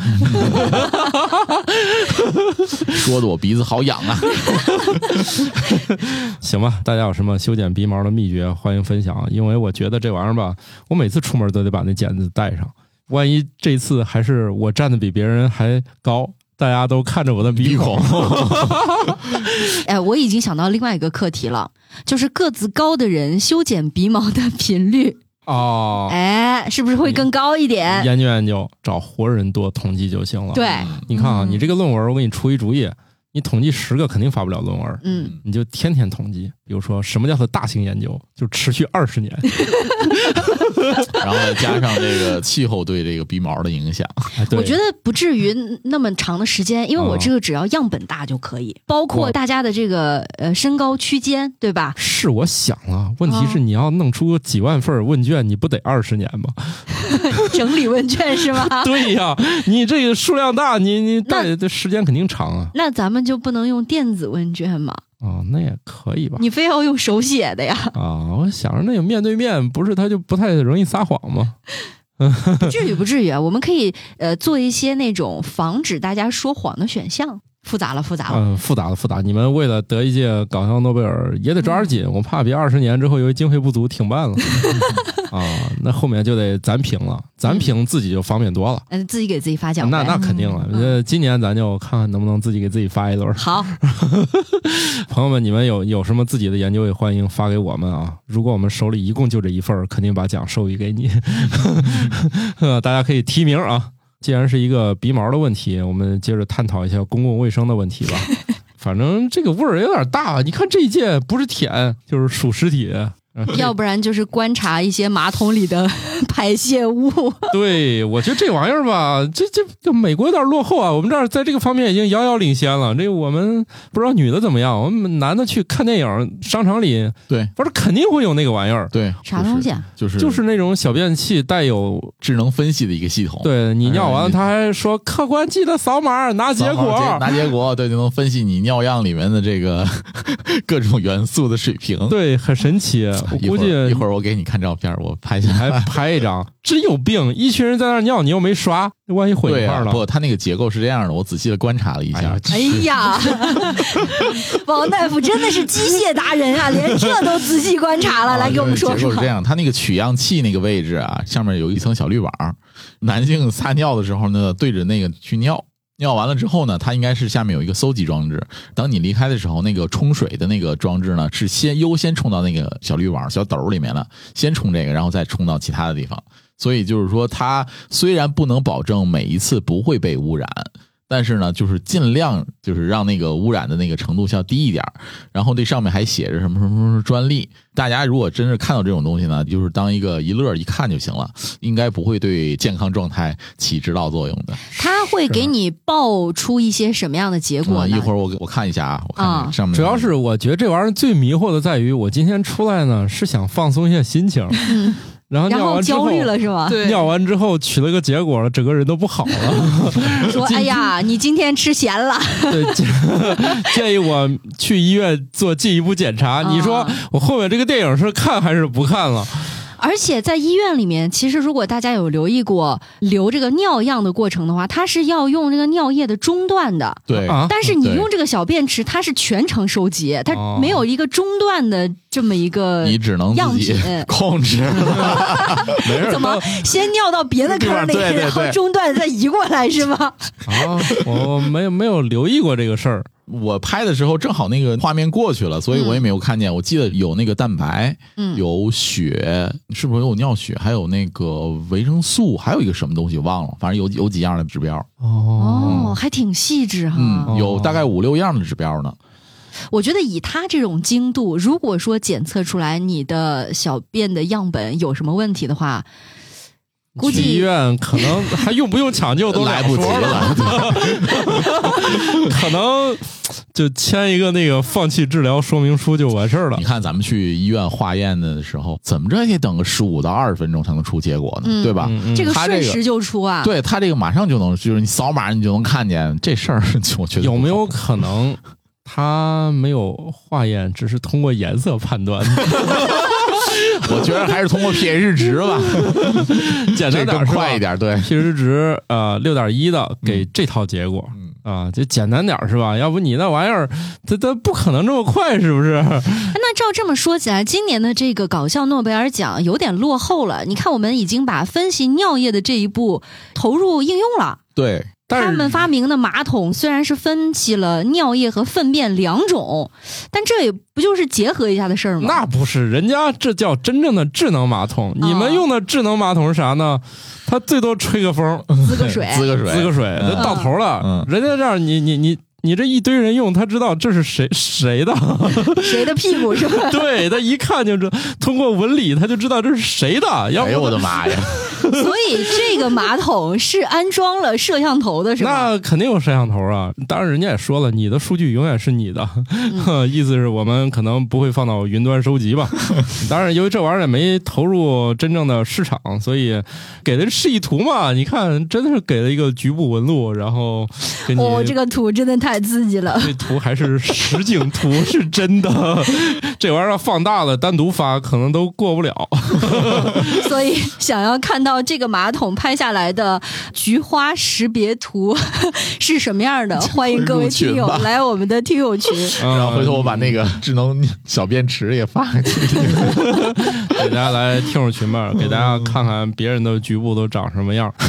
说的我鼻子好痒啊。
行吧，大家有什么修剪鼻毛的秘诀，欢迎分享。因为我觉得这玩意儿吧，我每次出门都得把那剪子带上，万一这次还是我站的比别人还高，大家都看着我的 鼻孔。
哎，我已经想到另外一个课题了，就是个子高的人修剪鼻毛的频率，
哦，
哎，是不是会更高一点？
研究研究，找活人多统计就行了。
对，
你看啊，
嗯
你这个论文，我给你出一主意，你统计十个肯定发不了论文，
嗯，
你就天天统计。比如说，什么叫做大型研究，就持续二 十年。
然后再加上这个气候对这个鼻毛的影响，
哎对
我觉得不至于那么长的时间，因为我这个只要样本大就可以，包括
哇
大家的这个呃身高区间，对吧？
是我想
啊
了，问题是你要弄出几万份问卷，你不得二十年 吗？
整理问卷 是吗？
对呀，你这个数量大，你你带的时间肯定长啊。
那咱们就不能用电子问卷吗？
哦，那也可以吧。
你非要用手写的 呀？
啊，我想着那个面对面，不是他就不太容易撒谎吗？
不至于，不至于啊！我们可以呃做一些那种防止大家说谎的选项。复杂了，复杂了。
嗯，复杂的复杂。你们为了得一届搞笑诺贝尔，也得抓着
嗯
紧，我怕别二十年之后由于经费不足停 办了啊。那后面就得咱评了，咱评自己就方便多了。
嗯、自己给自己发奖
那
呗。
那肯定了，
嗯
呃，今年咱就看看能不能自己给自己发一轮。
好，
朋友们，你们有有什么自己的研究也欢迎发给我们啊！如果我们手里一共就这一份儿，肯定把奖授予给你。 呃，大家可以提名啊！既然是一个鼻毛的问题，我们接着探讨一下公共卫生的问题吧。 反正这个味儿有点大，你看这一届不是舔就是数尸体，呃
要不然就是观察一些马桶里的 排泄物。
对，我觉得这玩意儿吧，这这这美国有点落后啊，我们这儿在这个方面已经遥遥领先了。这我们不知道女的怎么样，我们男的去看电影，商场里
对
不是肯定会有那个玩意儿，
对，
啥东西啊？
就是
就是那种小便器带有，
智能分析的一个系统。，
对你尿完
哎
了，他还说客官记得扫码拿 结果。
拿结果，对，就能分析你尿样里面的这个 各种元素的水平。，啊
对，很神奇，我
一
估
会
计
儿一会儿我给你看照片，我拍下
你还
来。
拍一张，真有病！一群人在那儿尿，你又没刷，万一混一
对
块儿
啊，
了。
不，它那个结构是这样的，我仔细的观察了一
哎呀
下，
哎 呀，王大夫真的是机械达人啊，连这都仔细观察了，
啊
来给我们说
结构
说
是。这样，它那个取样器那个位置啊，上面有一层小滤网儿，男性撒尿的时候呢，对着那个去尿。尿完了之后呢，它应该是下面有一个搜集装置。等你离开的时候，那个冲水的那个装置呢，是先优先冲到那个小滤网、小斗儿里面了，先冲这个，然后再冲到其他的地方。所以就是说，它虽然不能保证每一次不会被污染，但是呢，就是尽量就是让那个污染的那个程度要低一点儿。然后这上面还写着什么什么什么专利。大家如果真是看到这种东西呢，就是当一个一乐一看就行了，应该不会对健康状态起指导作用的。
他会给你报出一些什么样的结果
啊，
呢？
一会儿我给我看一下啊，我看
啊
上面
主要是我觉得这玩意儿最迷惑的在于，我今天出来呢是想放松一下心 情，然后
然
尿
啊后
完之
焦虑了是吗？
对
尿完之后取了个结果了，整个人都不好了。
说哎呀，你今天吃咸了。
对，建建议我去医院做进一步检查。
啊
你说我后面这个电影是看还是不看了？
而且在医院里面，其实如果大家有留意过留这个尿样的过程的话，它是要用这个尿液的中断的。
对
啊，
但是你
对
用这个小便池，它是全程收集，它
哦
没有一个中断的这么一个
你只能
样
自己
品。
控制，没事儿
怎么先尿到别的坑里，
对对对
然后中断再移过来是吗？
啊，我我没有没有留意过这个事儿。
我拍的时候正好那个画面过去了，所以我也没有看见。我记得有那个蛋白，
嗯
有血，是不是有尿血？还有那个维生素，还有一个什么东西忘了，反正有有几样的指标，
嗯
哦，还挺细致哈。
嗯，有
哦
大概五六样的指标呢。
我觉得以他这种精度，如果说检测出来你的小便的样本有什么问题的话，估
去医
计
院可能还用不用抢救都
来不及
两说了，
了，
可能就签一个那个放弃治疗说明书就完事儿了
你。看咱们去医院化验的时候，怎么着也得等个十五到二十分钟才能出结果呢，
嗯
对吧？
嗯嗯
这个
他这
瞬
个
时就出啊。
对他这个马上就能，就是你扫码你就能看见这事儿，我觉得
有没有可能他没有化验，只是通过颜色判 断？
不好？我觉得还是通过 pH 值 吧，
简
这
单点
更
儿是吧
快一点。对，
，pH 值呃六点一的给这套结果。
嗯
啊，就简单点儿是吧？要不你那玩意儿，它它不可能这么快，是不是？
哎那照这么说起来，今年的这个搞笑诺贝尔奖有点落后了。你看，我们已经把分析尿液的这一步投入应用了。
对，
但
他们
是
发明的马桶虽然是分析了尿液和粪便两种，但这也不就是结合一下的事儿吗？
那不是，人家这叫真正的智能马桶。你们用的智能马桶是啥呢？它最多吹个风，
滋个水，
滋个水，
滋个水，
嗯
就到头了。
嗯
人家这样，你你你你这一堆人用，他知道这是谁谁的，
谁的屁股是吧？
对他一看就知，通过纹理他就知道这是谁的。要
哎呦
不
我的妈呀！
所以这个马桶是安装了摄像头的，是吧？
那肯定有摄像头啊！当然，人家也说了，你的数据永远是你的，
嗯
意思是我们可能不会放到云端收集 吧。当然，由于这玩意儿也没投入真正的市场，所以给的示意图嘛，你看真的是给了一个局部纹路，然后给你、
哦，这个图真的太刺激 了。
这图还是实景图，是真 的。这玩意儿放大了单独发，可能都过不 了。
所以想要看到这个马桶拍下来的菊花识别图 是什么样的，欢迎各位听友
入群吧
来我们的听友群。
然
然后回头我把那个智能小便池也发给 你。
给大家来听友群吧，给大家看看别人的局部都长什么样。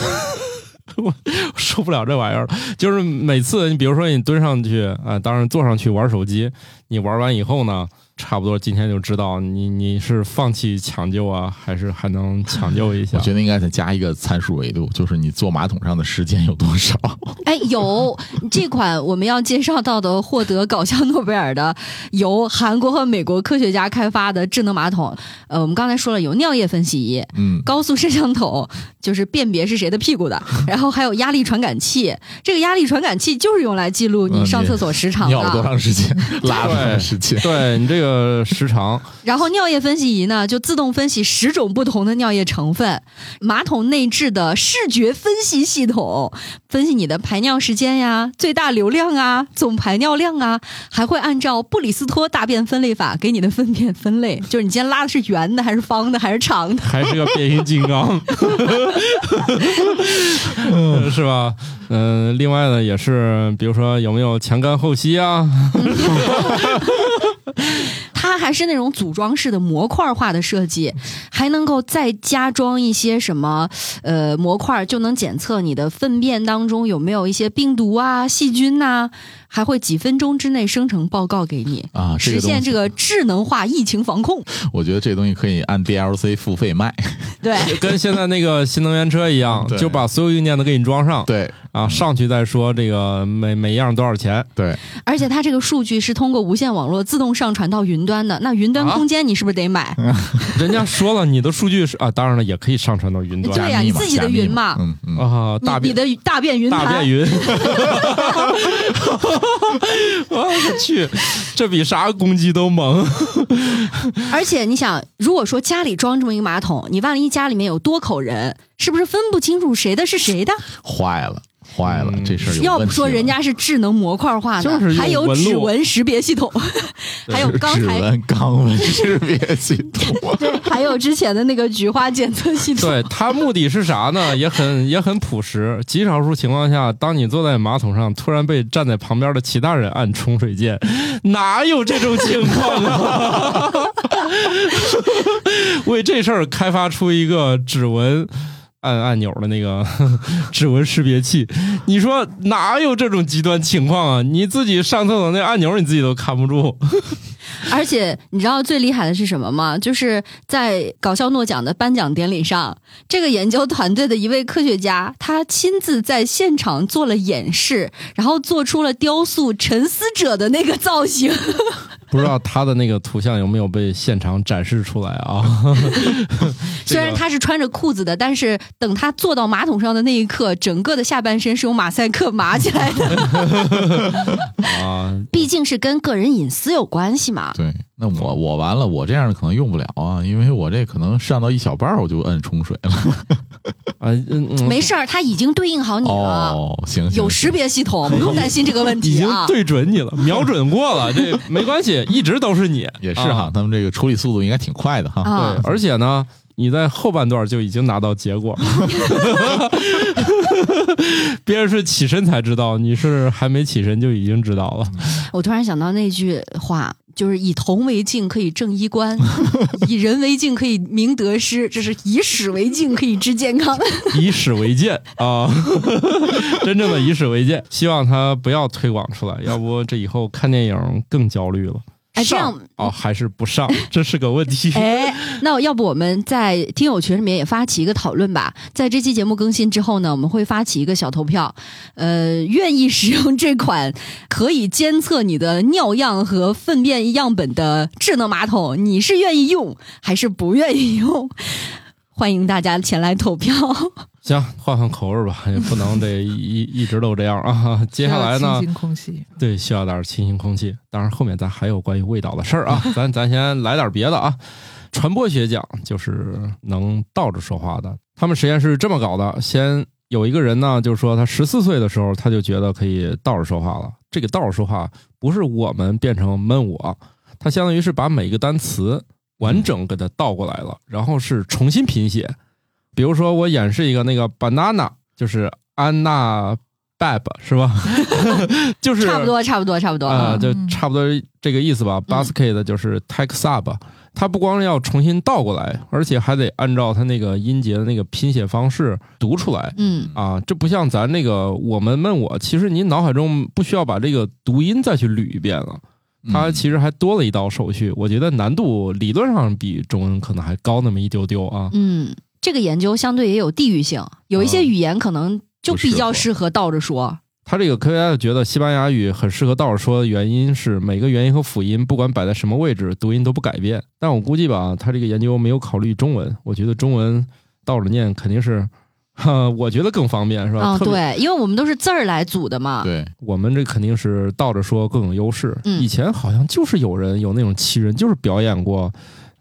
我受不了这玩意儿了，就是每次你比如说你蹲上去啊、当然坐上去玩手机，你玩完以后呢，差不多今天就知道你你是放弃抢救啊，还是还能抢救一下
我。觉得应该再加一个参数维度，就是你坐马桶上的时间有多少？
哎，有这款我们要介绍到的获得搞笑诺贝尔的，由韩国和美国科学家开发的智能马桶。呃，我们刚才说了，有尿液分析仪、
嗯，
高速摄像头，就是辨别是谁的屁股 的，然后还有压力传感器。这个压力传感器就是用来记录你
嗯
上
你
厕所时长的。
尿了多长时间，拉了多长时间？
啊对你这个时长，
然后尿液分析仪呢，就自动分析十种不同的尿液成分。马桶内置的视觉分析系统，分析你的排尿时间呀、最大流量啊、总排尿量啊，还会按照布里斯托大便分类法给你的粪便分类，就是你今天拉的是圆的还是方的还是长的。
还是个变形金 刚，是吧？嗯、另外呢，也是比如说有没有前干后吸啊，
它还是那种组装式的模块化的设计，还能够再加装一些什么呃模块，就能检测你的粪便当中有没有一些病毒啊、细菌呐、还会几分钟之内生成报告给你。
啊，这
实
个东
现
西
这个智能化疫情防控，
我觉得这东西可以按 DLC 付费卖。
对，
跟现在那个新能源车一样
对，
就把所有硬件都给你装
哦
上，
对
啊，上去再说这个每每样多少钱。
对，
而且它这个数据是通过无线网络自动上传到云端的。那云端
啊
空间你是不是得买？
人家说了，你的数据是啊，当然了，也可以上传到云端
哎对呀
加密
你
嘛
自己的
加密
云嘛
嗯嗯，
啊，
你
大
你
便
的大便云
大
盘
便，云。 我去，这比啥攻击都猛。
而且你想，如果说家里装这么一个马桶，你万一家里面有多口人，是不是分不清楚谁的是谁的？
坏了坏了，
嗯
这事儿有
要
问
不
题
说
了
人家是智能模块化
就
呢，
是用
还有
纹路
指纹识别系统，还有刚
指
才
纹、肛门识别啊系统
对，还有之前的那个菊花检测系统。
对他目的是啥呢？ 也很也很朴实。极少数情况下，当你坐在马桶上，突然被站在旁边的其他人按冲水键， 哪有这种情况啊？ 为这事儿开发出一个指纹。按按钮的那个 指纹识别器，你说哪有这种极端情况啊？你自己上厕所那按钮你自己都看不住，
而且你知道最厉害的是什么吗？就是在搞笑诺奖的颁奖典礼上，这个研究团队的一位科学家，他亲自在现场做了演示，然后做出了雕塑沉思者的那个造型。
不知道他的那个图像有没有被现场展示出来 啊？这
虽然
个
他是穿着裤子的，但是等他坐到马桶上的那一刻，整个的下半身是用马赛克码起来的，
啊，
毕竟是跟个人隐私有关系嘛。
对，那我我完了，我这样的可能用不了啊，因为我这可能上到一小半儿我就摁冲水了。
啊，嗯嗯，
没事儿，他已经对应好你了，
哦，行行，
有
行
识别系统，不用担心这个问
已
题
经
啊。
对准你了，瞄准过 了，这没关系，一直都是你，
也是哈，他们这个处理速度应该挺快的哈。
啊。
啊
对，，而且呢，你在后半段就已经拿到结果， 别人是起身才知道，你是还没起身就已经知道了。
嗯
我突然想到那句话，就是以铜为镜可以正衣 冠，以人为镜可以明得失，这是以史为镜可以知健康。
以史为鉴啊， 真正的以史为鉴。希望他不要推广出来，要不这以后看电影更焦虑了。
哎这样
上哦，还是不上，这是个问题。
哎，那要不我们在听友群里面也发起一个讨论吧？在这期节目更新之后呢，我们会发起一个小投票，呃，愿意使用这款可以监测你的尿样和粪便样本的智能马桶，你是愿意用还是不愿意用？欢迎大家前来投票。
行，换换口味吧，也不能得一一直都这样啊。接下 来
要
呢
清，新空气，
对，需要点儿清新空气。当然，后面咱还有关于味道的事儿啊，咱咱先来点儿别的啊。传播学奖就是能倒着说话的，他们实验室这么搞的：先有一个人呢，就是说他十四岁的时候，他就觉得可以倒着说话了。这个倒着说话不是我们变成闷我，他相当于是把每一个单词完整给它倒过来了，然后是重新拼写。比如说，我演示一个那个 banana，就是安娜 bab 是吧？ 就是
差不多，差不多，差不多。
啊、
嗯
就差不多这个意思吧。Basket 就是 tech sub，它不光要重新倒过来，而且还得按照它那个音节的那个拼写方式读出来
嗯，
啊。这不像咱那个我们问我，其实您脑海中不需要把这个读音再去捋一遍了，它
嗯
其实还多了一道手续。我觉得难度理论上比中文可能还高那么一丢丢啊。
嗯，这个研究相对也有地域性，有一些
啊
语言可能就
不适
比较
合
适合倒着说。
他这个科学家就觉得西班牙语很适合倒着说的原因是，每个元音和辅音不管摆在什么位置，读音都不改变。但我估计吧，他这个研究没有考虑中文，我觉得中文倒着念肯定是， 哈，我觉得更方便是吧？
啊、
呃特别
对，因为我们都是字儿来组的嘛。
对，
我们这肯定是倒着说更有优势。
嗯
以前好像就是有人有那种奇人，就是表演过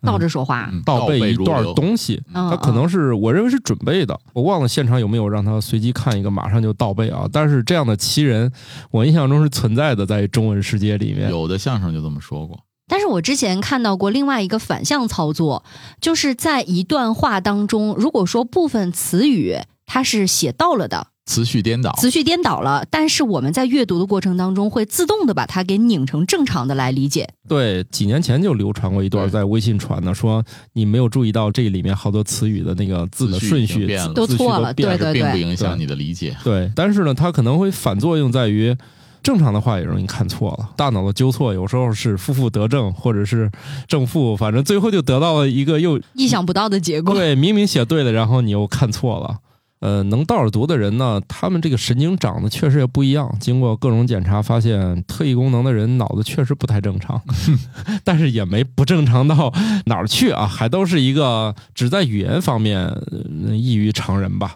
倒着说话。
嗯
倒背一
如
段
流
东西，
嗯，
他可能是我认为是准备的，我忘了现场有没有让他随机看一个马上就倒背啊。但是这样的奇人，我印象中是存在的，在中文世界里面。
有的相声就这么说过，
但是我之前看到过另外一个反向操作，就是在一段话当中，如果说部分词语它是写到了的，
词序颠倒，
词序颠倒了，但是我们在阅读的过程当中会自动的把它给拧成正常的来理解。
对，几年前就流传过一段
对
在微信传的，说你没有注意到这里面好多词语的那个字的
字序
顺
已经
序
变了
字
都
字序
错了
变
对对
并不影响你的理解。
对，但是呢，它可能会反作用在于。正常的话也容易看错了，大脑的纠错有时候是负负得正，或者是正负，反正最后就得到了一个又
意想不到的结 果，
对，明明写对了，然后你又看错了。呃，能倒着读的人呢，他们这个神经长得确实也不一样。经过各种检查发现，特异功能的人脑子确实不太正 常，但是也没不正常到哪儿去啊，还都是一个只在语言方面、呃异于常人吧。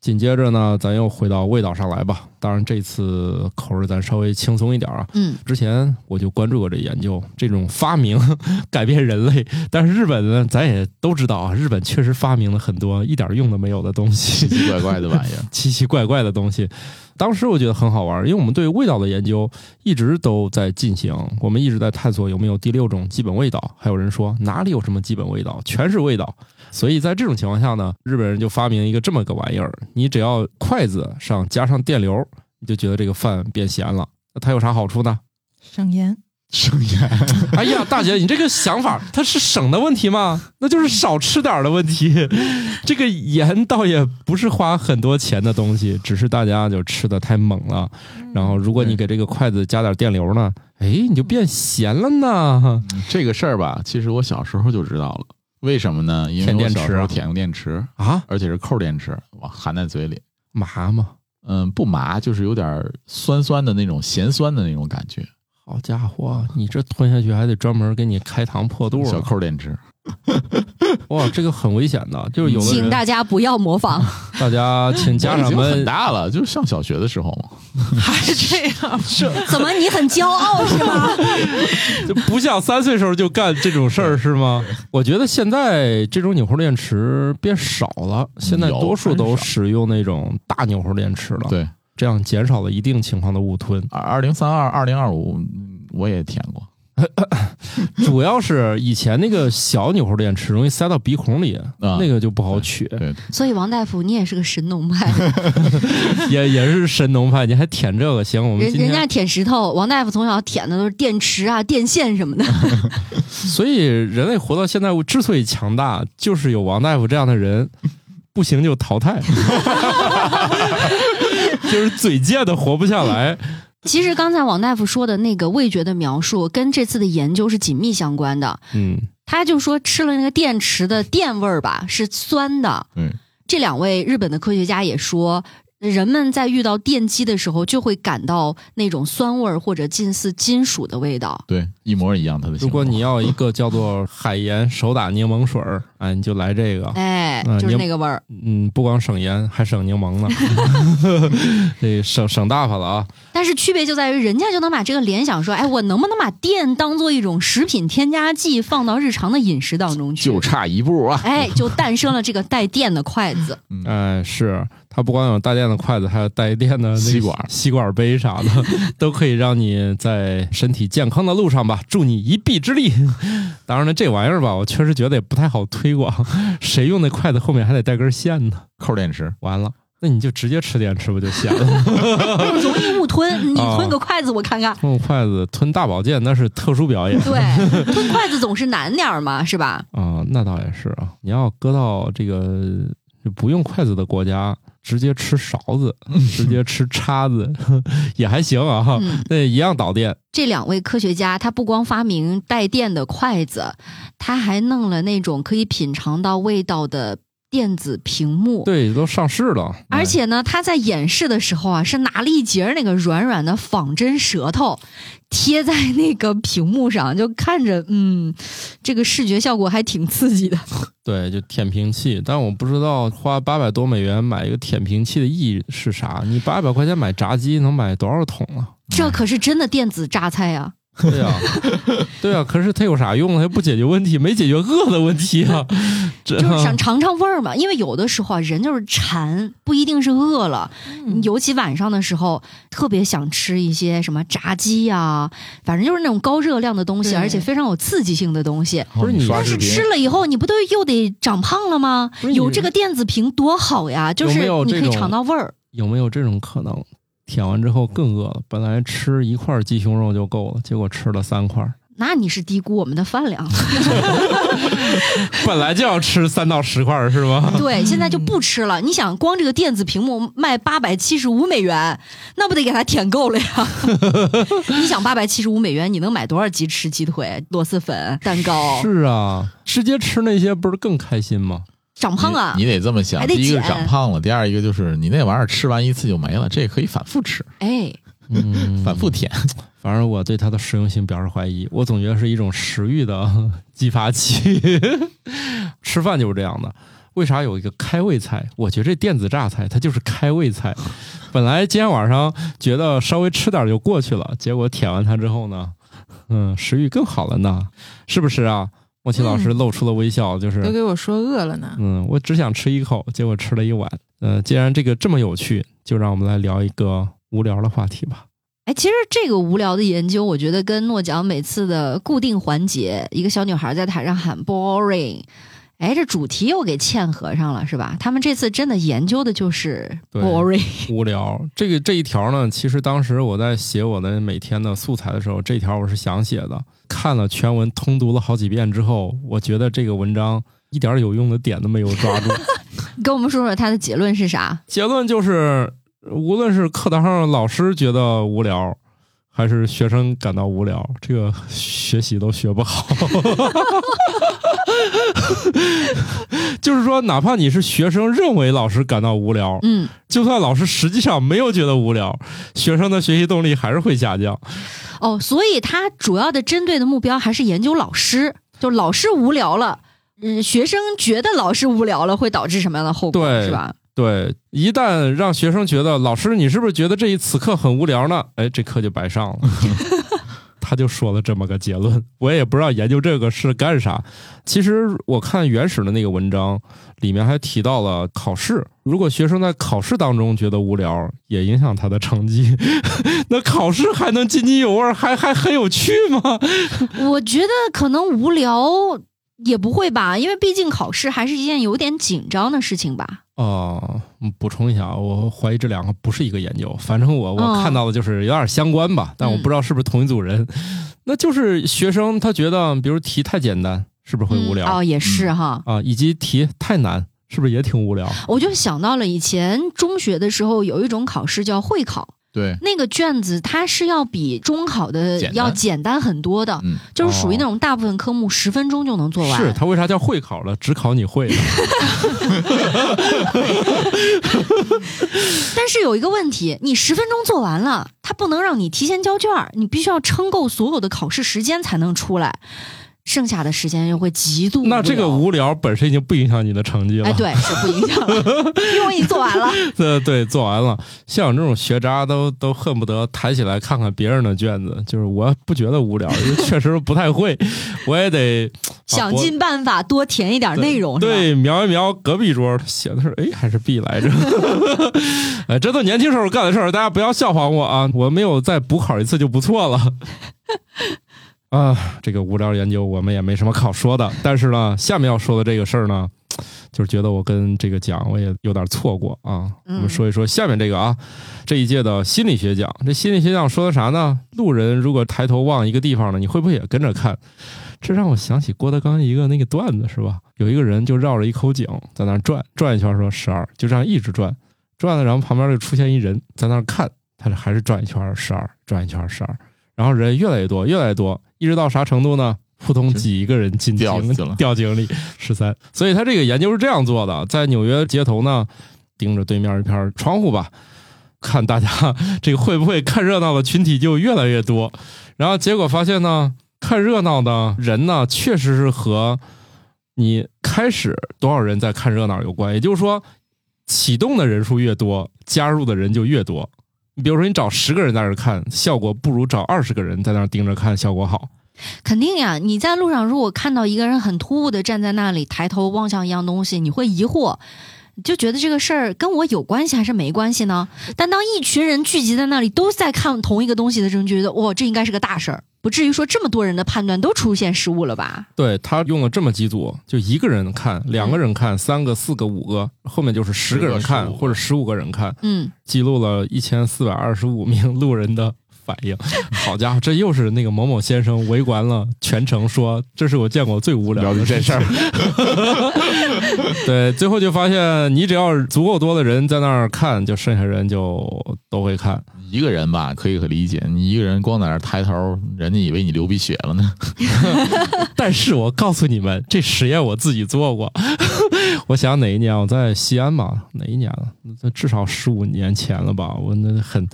紧接着呢，咱又回到味道上来吧。当然，这次口味咱稍微轻松一点啊。
嗯，
之前我就关注过这研究，这种发明 改变人类，但是日本呢，咱也都知道啊，日本确实发明了很多一点用都没有的东西，，
奇奇怪怪的玩意儿
奇奇怪怪的东西。当时我觉得很好玩，因为我们对味道的研究一直都在进行，我们一直在探索有没有第六种基本味道。还有人说哪里有什么基本味道，全是味道。所以在这种情况下呢，日本人就发明一个这么个玩意儿，你只要筷子上加上电流，你就觉得这个饭变咸了。那它有啥好处呢？
省盐。
生厌。
哎呀，大姐，你这个想法，它是省的问题吗？那就是少吃点儿的问题。 这个盐倒也不是花很多钱的东西，只是大家就吃的太猛了。然后，如果你给这个筷子加点电流呢，哎，你就变咸了呢。
这个事儿吧，其实我小时候就知道了，为什么呢？因为
舔
我
电
小
池
时
啊
候舔过电池，
啊，
而且是扣电池，哇，含在嘴里，
麻吗？
嗯，不麻，就是有点酸酸的那种咸酸的那种感觉。
好家伙，你这吞下去还得专门给你开膛破肚
小
啊！
扣电池，
哇，这个很危险的，就是有的
请
人，
大家不要 模仿。
大家请家
我已
长
经很
们
大了，就是上小学的时候嘛，
还 这样，
怎么你很骄傲是吗？
就不像三岁时候就干这种事儿是吗？我觉得现在这种纽扣电池变少了，现在
有
多数
很
都
少
使用那种大纽扣电池了，
对，
这样减少了一定情况的误吞。
二二零三二、二零二五，嗯我也舔过，
主要是以前那个小纽扣电池容易塞到鼻孔里，那个就不好 取，
啊对，
所以王大夫，你也是个神农派，
也也是神农派，你还舔这个？行，我们
人
今
人家
天
舔石头，王大夫从小舔的都是电池啊、电线什么的。
所以人类活到现在之所以强大，就是有王大夫这样的人，不行就淘汰， 就是嘴贱的活不下来。
其实刚才王大夫说的那个味觉的描述，跟这次的研究是紧密相关的。
嗯，
他就说吃了那个电池的电味儿吧，是酸的。
嗯，
这两位日本的科学家也说，人们在遇到电击的时候，就会感到那种酸味儿或者近似金属的味道。
对，一模一样，它的形状。
如果你要一个叫做海盐手打柠檬水 儿，哎，你就来这
哦
个。
哎
嗯，
就是
柠
那个味儿。
嗯，不光省盐，还省柠 檬呢，这省省大发了啊！
但是区别就在于，人家就能把这个联想说，哎，我能不能把电当做一种食品添加剂放到日常的饮食当中去？
就差一步啊，
哎，就诞生了这个带电的筷子。
哎，是它不光有带电的筷子，还有带电的那个
吸管
吸管杯 啥的，都可以让你在身体健康的路上吧，助你一臂之力。 当然了，这玩意儿吧，我确实觉得也不太好推广，谁用那筷子后面还得带根线呢？
扣电池，
完了，那你就直接吃电吃不就咸了？
容易误吞，你
哦
吞个筷子我看看。
用筷子吞大保健那是特殊表演啊、
对，吞筷子总是难点儿嘛，是吧？
那倒也是啊。你要搁到这个就不用筷子的国家。直接吃勺子，直接吃叉子 也还行啊，哈
嗯，
那一样导电。
这两位科学家，他不光发明带电的筷子，他还弄了那种可以品尝到味道的电子屏幕。
对，都上市了，哎
而且呢，他在演示的时候啊，是拿了一截儿那个软软的仿真舌头贴在那个屏幕上，就看着，嗯，这个视觉效果还挺刺激的。
对，就舔屏器。但我不知道花八百多美元买一个舔屏器的意义是啥。你八百块钱买炸鸡能买多少桶啊？
这可是真的电子榨菜啊！
对 呀、啊，对呀、啊。可是它有啥用啊？它不解决问题，没解决饿的问题啊。这
就是 想尝尝味儿嘛，因为有的时候啊，人就是馋，不一定是饿了，尤其晚上的时候，特别想吃一些什么炸鸡呀、反正就是那种高热量的东西，
对
而且非常有刺激性的东西。
不是你
刷
但
视
是
频，
吃了以后，你不都又得长胖了吗
不是？你
有这个电子屏多好呀，就
有
是
没有
你
这
可以
种
尝到味儿。
有没有这种可能？舔完之后更饿了，本来吃一块鸡胸肉就够了，结果吃了三块。
那你是低估我们的饭量了。
本来就要吃三到十块是 吗？
对，现在就不吃了。你想，光这个电子屏幕卖八百七十五美元，那不得给它舔够了呀？ 你想，八百七十五美元，你能买多少鸡翅、鸡腿、螺蛳粉、蛋糕？
是啊，直接吃那些不是更开心吗？
长胖啊
你！你得这么想
还，得
第一个
减
是长胖了，第二一个就是你那玩意儿吃完一次就没了，这也可以反复吃，
哎，
嗯，
反复舔。
反正我对它的实用性表示怀疑，我总觉得是一种食欲的 激发器。 吃饭就是这样的，为啥有一个开胃菜？我觉得这电子榨菜它就是开胃菜。本来今天晚上觉得稍微吃点就过去了，结果舔完它之后呢，嗯，食欲更好了呢，是不是啊？莫奇老师露出了微笑，就是
都给我说饿了呢。
嗯，我只想吃一口，结果吃了一碗。呃，既然这个这么有趣，就让我们来聊一个无聊的话题吧。
哎，其实这个无聊的研究，我觉得跟诺奖每次的固定环节，一个小女孩在台上喊 “boring”，哎，这主题又给嵌合上了，是吧？他们这次真的研究的就是
对
boring。
无聊。这个这一条呢，其实当时我在写我的每天的素材的时候，这条我是想写的。看了全文，通读了好几遍之后，我觉得这个文章一点有用的点都没有抓住。
跟我们说说它的结论是啥？
结论就是，无论是课堂上老师觉得无聊，还是学生感到无聊，这个学习都学不好。就是说，哪怕你是学生，认为老师感到无聊，
嗯，
就算老师实际上没有觉得无聊，学生的学习动力还是会下降。
哦，所以他主要的针对的目标还是研究老师，就老师无聊了，嗯，学生觉得老师无聊了会导致什么样的后果，
对
是吧？
对，一旦让学生觉得老师你是不是觉得这一此刻很无聊呢？哎，这课就白上了。 他就说了这么个结论，我也不知道研究这个是干啥。其实我看原始的那个文章里面还提到了考试，如果学生在考试当中觉得无聊，也影响他的成绩。 那考试还能津津有味，还还很有趣吗？
我觉得可能无聊也不会吧，因为毕竟考试还是一件有点紧张的事情吧。
哦，嗯补充一下，我怀疑这两个不是一个研究，反正我
哦
我看到的就是有点相关吧，但我不知道是不是同一组人。
嗯
那就是学生他觉得，比如题太简单，是不是会无聊、
嗯哦，也是哈。
啊？以及题太难，是不是也挺无聊？
我就想到了以前中学的时候有一种考试叫会考，
对，
那个卷子它是要比中考的
简单
要简单很多的，
嗯，
就是属于那种大部分科目十分钟就能做完。
哦是他为啥叫会考了？只考你会 的
但是有一个问题，你十分钟做完了，它不能让你提前交卷儿，你必须要撑够所有的考试时间才能出来，剩下的时间又会极度无聊
那这个无聊本身已经不影响你的成绩了。
哎对是不影响了，因为我已经做完了。
对对，做完了。像我这种学渣都都恨不得抬起来看看别人的卷子，就是我不觉得无聊，因为确实不太会，我也得
想尽办法多填一点内容，是吧
对，瞄一瞄隔壁桌写的是 A 还是 B 来着？ 哎，这都年轻时候干的事儿，大家不要效仿我啊！我没有再补考一次就不错了。 啊，这个无聊研究我们也没什么好说的，但是呢，下面要说的这个事儿呢，就是觉得我跟这个奖我也有点错过啊。
嗯
我们说一说下面这个啊，这一届的心理学奖，这心理学奖说的啥呢？路人如果抬头望一个地方呢，你会不会也跟着看？这让我想起郭德纲一个那个段子是吧？有一个人就绕着一口井在那儿转转一圈，说十二，就这样一直转，转了，然后旁边就出现一人在那儿看，他这还是转一圈十二，转一圈十二，然后人越来越多，越来越多，一直到啥程度呢？扑通挤一个人进
掉
井
进了
掉井里，十三。所以他这个研究是这样做的，在纽约街头呢，盯着对面一片窗户吧，看大家 这个会不会看热闹的群体就越来越多，然后结果发现呢，看热闹的人呢，确实是和你开始多少人在看热闹有关。也就是说，启动的人数越多，加入的人就越多。你比如说，你找十个人在那儿看，效果不如找二十个人在那儿盯着看效果好。
肯定呀，你在路上如果看到一个人很突兀的站在那里，抬头望向一样东西，你会疑惑，就觉得这个事儿跟我有关系还是没关系呢？但当一群人聚集在那里，都在看同一个东西的时候，你觉得哇，这应该是个大事儿，不至于说这么多人的判断都出现失误了吧？
对他用了这么几组，就一个人看，两个人看，三个、四个、五个，后面就是十个人
10个
看
15个
或者十五个人看，
嗯，
记录了一千四百二十五名路人的反应。 好家伙，这又是那个某某先生围观了全程说，这是我见过最无聊的这事儿。 对，最后就发现，你只要足够多的人在那儿看，就剩下人就都会看。
一个人吧可以可理解，你一个人光在那儿抬头，人家以为你流鼻血了呢。
但是我告诉你们，这实验我自己做过。 我想哪一年我在西安吧，哪一年了？那至少十五年前了吧？我那很，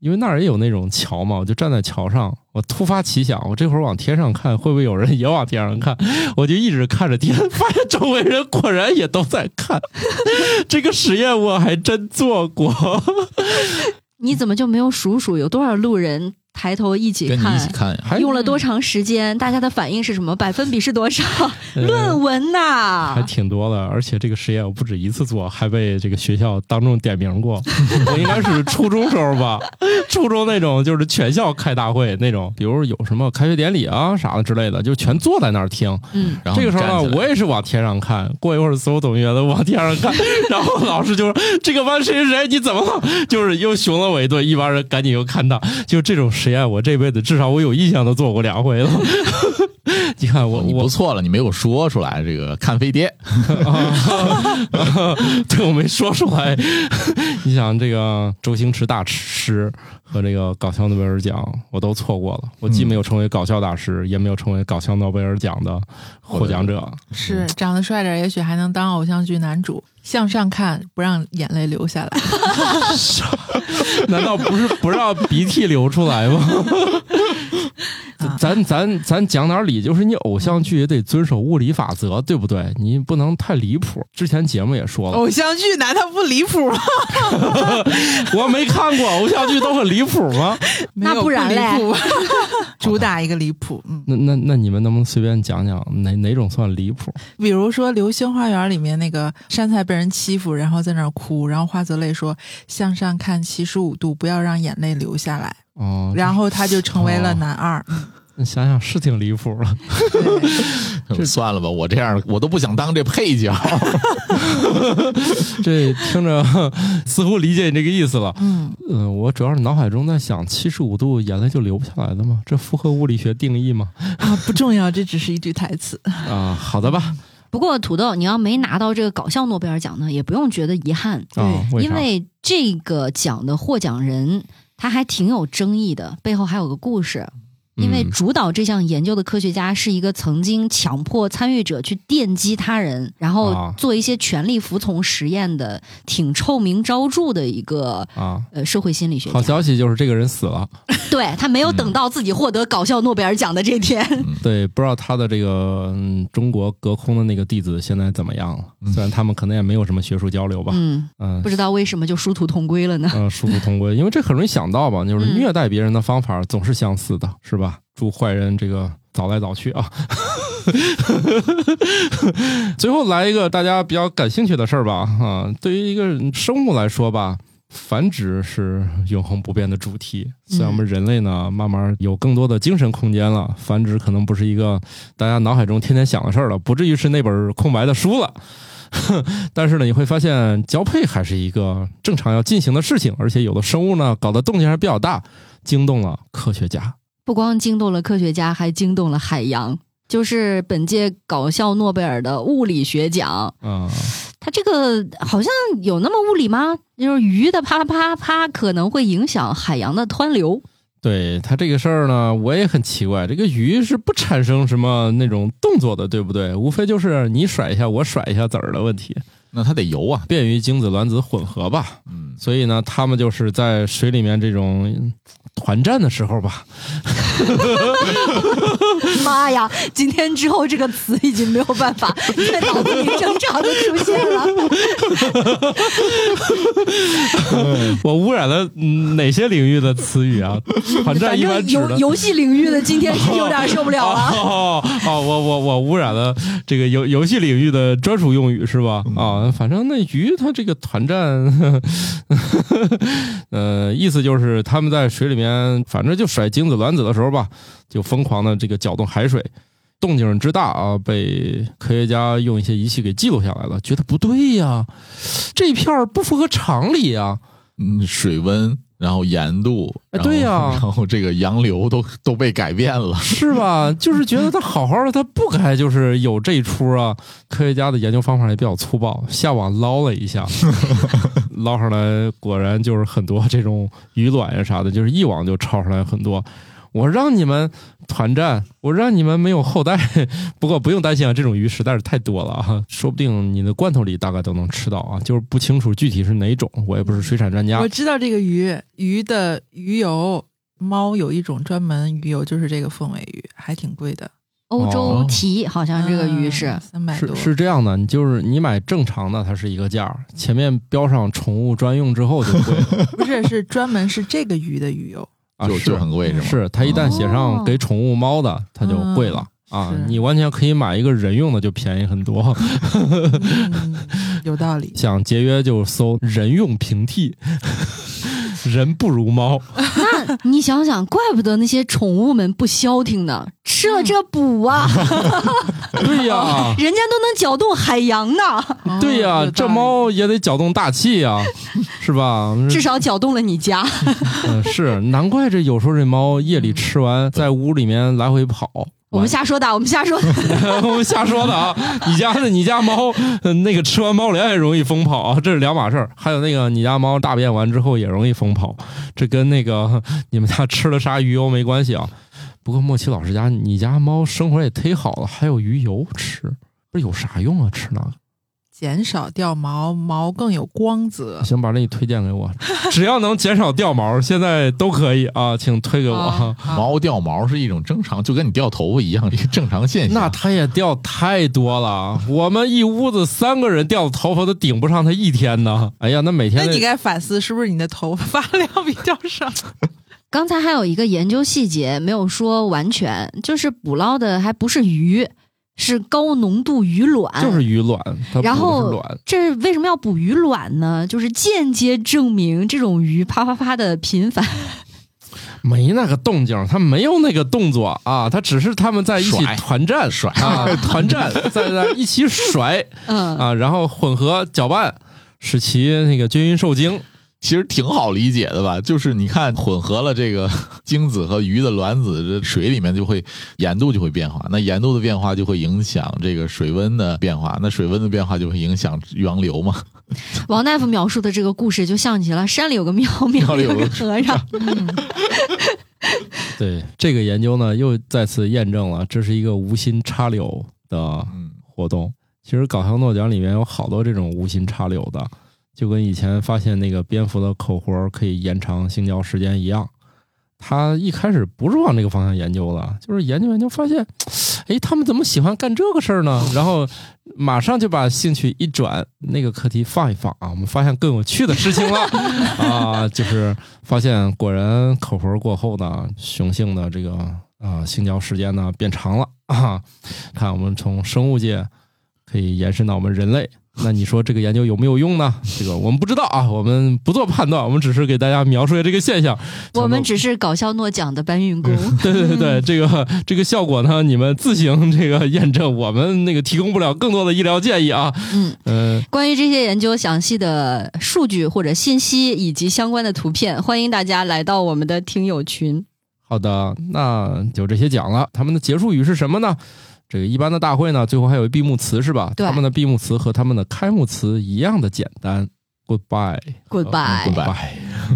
因为那儿也有那种桥嘛，我就站在桥上，我突发奇想，我这会儿往天上看，会不会有人也往天上看？ 我就一直看着天， 发现周围人果然也都在看。 这个实验我还真做过。
你怎么就没有数数有多少路人抬头一起
哎跟你一
看
起？看呀，
还
用了多长时间？大家的反应是什么？百分比是多少？
呃
论文呐、
啊
还挺多的，而且这个实验我不止一次做，还被这个学校当众点名 过。我应该是初中时候吧，初中那种就是全校开大会那种，比如有什么开学典礼啊啥的之类的，就全坐在那儿听。
嗯，
然后
这个时候
你站起
呢，
来
我也是往天上看，过一会儿所有同学都往天上 看，然后老师就说：“这个班谁谁谁，你怎么了？”就是又熊了我一顿，一帮人赶紧又看他。就这种实验，我这辈子至少我有印象都做过两回了。 你看我
哦你
我
不错了，你没有说出来这个看飞碟，
啊， 对我没说出来。 你想这个周星驰大师和这个搞笑诺贝尔奖，我都错过了。我既没有成为搞笑大师，也没有成为搞笑诺贝尔奖的获奖者。
是长得帅点，也许还能当偶像剧男主。向上看，不让眼泪流下来。
难道不是不让鼻涕流出来吗？咱咱咱讲点理，就是你偶像剧也得遵守物理法则，对不对？你不能太离谱。之前节目也说了，
偶像剧难道不离 谱吗？
我没看过偶像剧都很离谱吗？
那不然嘞
没有不离谱？ 主打一个离谱，嗯，
那那那你们能不能随便讲讲哪哪种算离谱？
比如说《流星花园》里面那个杉菜被人欺负，然后在那儿哭，然后花泽类说向上看七十五度，不要让眼泪流下来，
哦，
然后他就成为了男 二。
你想想是挺离谱了。
对
算了吧，我这样我都不想当这配角。
这听着似乎理解你这个意思了。
嗯，
嗯、我主要是脑海中在想，七十五度眼泪就流不下来了吗？这符合物理学定义吗？
啊，不重要，这只是一句台词。
啊，好的吧。
不过土豆，你要没拿到这个搞笑诺贝尔奖呢，也不用觉得遗憾，
啊，
因
啥
为这个奖的获奖人他还挺有争议的，背后还有个故事。因为
嗯
主导这项研究的科学家是一个曾经强迫参与者去电击他人，然后
啊
做一些权力服从实验的，挺臭名昭著的一个
啊，
呃社会心理学
好嗯
家。
消息就是这个人死了。
对他没有等到自己获得搞笑诺贝尔奖的这天，
对，不知道他的这个、嗯、中国隔空的那个弟子现在怎么样了？虽然他们可能也没有什么学术交流吧。
嗯，
嗯
不，知道为什么就殊途同归了呢？
嗯，殊途同归，因为这很容易想到吧，就是
嗯
虐待别人的方法总是相似的，是吧？祝坏人这个早来早去啊！ 最后来一个大家比较感兴趣的事儿吧，啊，对于一个生物来说吧，繁殖是永恒不变的主题。虽然我们人类呢，慢慢有更多的精神空间了，繁殖可能不是一个大家脑海中天天想的事儿了，不至于是那本空白的书了。 但是呢，你会发现交配还是一个正常要进行的事情，而且有的生物呢搞的动静还比较大，惊动了科学家。
不光惊动了科学家，还惊动了海洋。就是本届搞笑诺贝尔的物理学奖，
啊、
它这个好像有那么物理吗？就是鱼的啪啪啪啪可能会影响海洋的湍流。
对他这个事儿呢，我也很奇怪，这个鱼是不产生什么那种动作的，对不对？无非就是你甩一下，我甩一下子儿的问题，
那他得游啊，
便于精子卵子混合吧。
嗯，
所以呢，他们就是在水里面这种团战的时候吧，
妈呀！今天之后这个词已经没有 办法在脑子里正常的出现了。
我污染了嗯哪些领域的词语啊？团战
反
一般
正
指的
游游戏领域的今天是有点受不了啊了。
哦哦哦，我我我污染了这个游游戏领域的专属用语是吧？啊，反正那鱼它这个团战，呵呵呃，意思就是他们在水里面，反正就甩精子卵子的时候吧，就疯狂的这个搅动海水。动静之大啊，被科学家用一些仪器给记录下来了，觉得不对呀、这片儿不符合常理呀、
嗯，水温，然后盐度，
哎
然后
对呀
然后这个洋流都 都被改变 了。
是吧？就是觉得他好好的，他不该就是有这一出啊。科学家的研究方法也比较粗暴，下网捞了 一下，捞上来果然就是很多这种鱼卵呀啥的，就是一网就抄上来很多。我让你们团战，我让你们没有后代。不过不用担心啊，这种鱼实在是太多了啊，说不定你的罐头里大概都能吃到啊，就是不清楚具体是哪种，我也不是水产专家
我。知道这个鱼，鱼的鱼油，猫有一种专门鱼油，就是这个凤尾鱼，还挺贵的，啊
欧洲
哦
蹄好像这个鱼是，
三百
是
多，
是这样的，你就是你买正常的，它是一个价儿，前面标上宠物专用之后就贵 了
不是是专门是这个鱼的鱼 油？
啊，
就是就很贵是吗？
是它一旦写
哦
上给宠物猫的，它就贵了。啊
嗯是，
你完全可以买一个人用的，就便宜很多。
嗯，有道理。
想节约就搜人用平替，人不如猫。嗯
那你想想，怪不得那些宠物们不消停呢，吃了这补啊，
对呀，
人家都能搅动海洋呢，
哦
对呀，
有道理
这猫也得搅动大气 呀，是吧？
至少搅动了你家。
嗯，是，难怪这有时候这猫夜里吃完在屋里面来回跑，
我们瞎说的啊，我们瞎说的。
我们 瞎说的啊！你家的你家猫，呃那个吃完猫粮也容易疯跑啊，这是两码事儿。还有那个你家猫大便完之后也容易疯跑，这跟那个你们家吃了啥鱼油没关系啊。不过莫奇老师家，你家猫生活也忒好了，还有鱼油吃，不是有啥用啊？吃那个，
减少掉毛，毛更有光泽。
行，把那你推荐给我，只要能减少掉毛，现在都可以啊，请推给我。
啊啊
毛掉毛是一种正常，就跟你掉头发一样，一个正常现象。
那他也掉太多了，我们一屋子三个人掉的头发都顶不上他一天呢。哎呀，那每
那
天
你该反思，是不是你的头发量比较少？
刚才还有一个研究细节没有说完全，就是捕捞的还不是鱼，是高浓度鱼卵。
就是鱼卵，它
哎然
补的是
后
卵。
这为什么要捕鱼卵呢？就是间接证明这种鱼啪啪啪的频繁。
没那个动静，他没有那个动作啊，他只是他们在一起
甩
团战
甩
啊，团 战在在一起甩
嗯，
啊，然后混合搅拌，使其那个均匀受精。
其实挺好理解的吧？就是你看混合了这个 精子和鱼的卵子，这水里面就会盐度就会变化，那盐度的变化就会影响这个水温的变化，那水温的变化就会影响洋流嘛。
王大夫描述的这个故事就像极了山里有个庙，庙
庙里
里
有
有个
个
和 尚。
对这个研究呢，又再次验证了这是一个无心插柳的
嗯，
活动。其实搞笑诺奖里面有好多这种无心插柳的，就跟以前发现那个蝙蝠的口活儿可以延长性交时间一样。他一开始不是往这个方向研究的，就是研究研究发现， 哎，他们怎么喜欢干这个事儿呢？然后马上就把兴趣一转，那个课题放一放啊，我们发现更有趣的事情了 啊，就是发现果然口活儿过后呢，雄性的这个啊性交时间呢变长了 啊。看我们从生物界可以延伸到我们人类。那你说这个研究有没有用呢？这个我们不知道啊，我们不做判断，我们只是给大家描述一下这个现象。
我们只是搞笑诺奖的搬 运工。
对对对对，这个这个效果呢，你们自行这个验证，我们那个提供不了更多的医疗建议啊。
嗯，
嗯、
关于这些研究详细的数据或者信息以及相关的图片，欢迎大家来到我们的听友群。
好的，那就这些讲了。他们的结束语是什么呢？这个一般的大会呢，最后还有闭幕词是吧？
对
他们的闭幕词和他们的开幕词一样的简单。Goodbye。
Goodbye。
Goodbye
拜。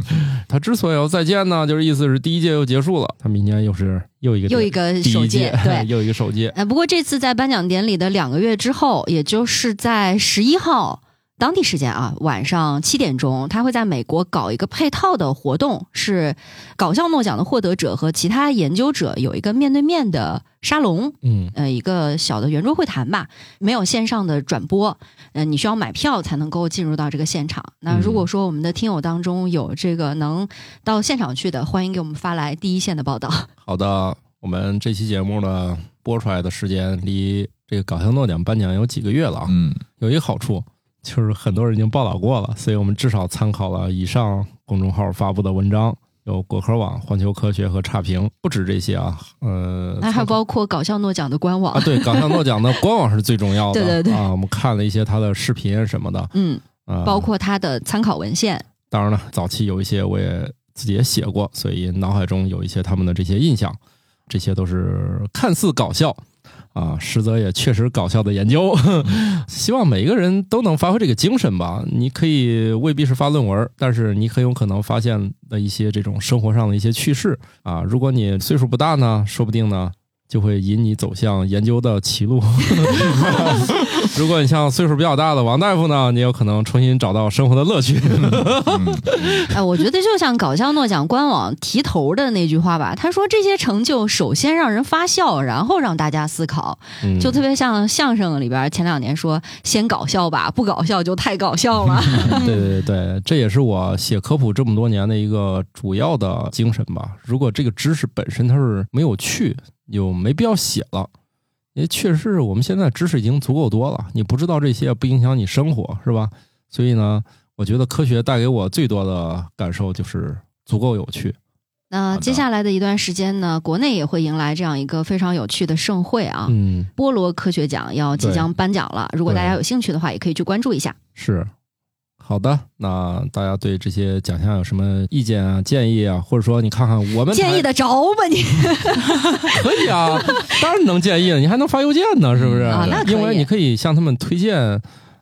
他之所以要再见呢，就是意思是第一届又结束了，他明年又是又一个
又一个
第
首
一届。
届，，对
又一个首届。
呃，不过这次在颁奖典礼的两个月之后，也就是在十一号当地时间啊，晚上七点钟，他会在美国搞一个配套的活动，是搞笑诺奖的获得者和其他研究者有一个面对面的沙龙，
嗯，
呃，一个小的圆桌会谈吧，没有线上的转播，呃，你需要买票才能够进入到这个现场。那如
嗯
果说我们的听友当中有这个能到现场去的，欢迎给我们发来第一线的报道。
好的，我们这期节目呢播出来的时间离这个搞笑诺奖颁奖有几个月了啊，
嗯，
有一个好处就是很多人已经报道过了，所以我们至少参考了以上公众号发布的文章。有果壳网、环球科学和差评，不止这些啊，呃，
那还
参考
包括搞笑诺奖的官网。
啊，对，搞笑诺奖的官网是最重要的，
对对对
啊，我们看了一些他的视频什么的，
嗯，
啊，
包括它的参考文献。
当然了，早期有一些我也自己也写过，所以脑海中有一些他们的这些印象，这些都是看似搞笑啊，实则也确实搞笑的研究。 希望每一个人都能发挥这个精神吧。你可以未必是发论文，但是你很有可能发现的一些这种生活上的一些趣事啊。如果你岁数不大呢，说不定呢。就会引你走向研究的歧路。 如果你像岁数比较大的王大夫呢，你有可能重新找到生活的乐趣。
哎，我觉得就像搞笑诺奖官网提头的那句话吧，他说这些成就首先让人发笑，然后让大家思考，
嗯
就特别像相声里边前两年说先搞笑吧，不搞笑就太搞笑了。
对对对对，这也是我写科普这么多年的一个主要的精神吧。如果这个知识本身它是没有趣，就没必要写了。因为确实我们现在知识已经足够多了，你不知道这些不影响你生活，是吧？所以呢，我觉得科学带给我最多的感受就是足够有趣。
那
的
接下来的一段时间呢，国内也会迎来这样一个非常有趣的盛会啊。
嗯，
菠萝科学奖要即将颁奖了，如果大家有兴趣的话，也可以去关注一下。
是。好的，那大家对这些奖项有什么意见啊、建议啊，或者说你看看我们
建议
台
得着吗你？
可以啊，当然能建议了，你还能发邮件呢，是不是？
啊那可以
因为你可以向他们推荐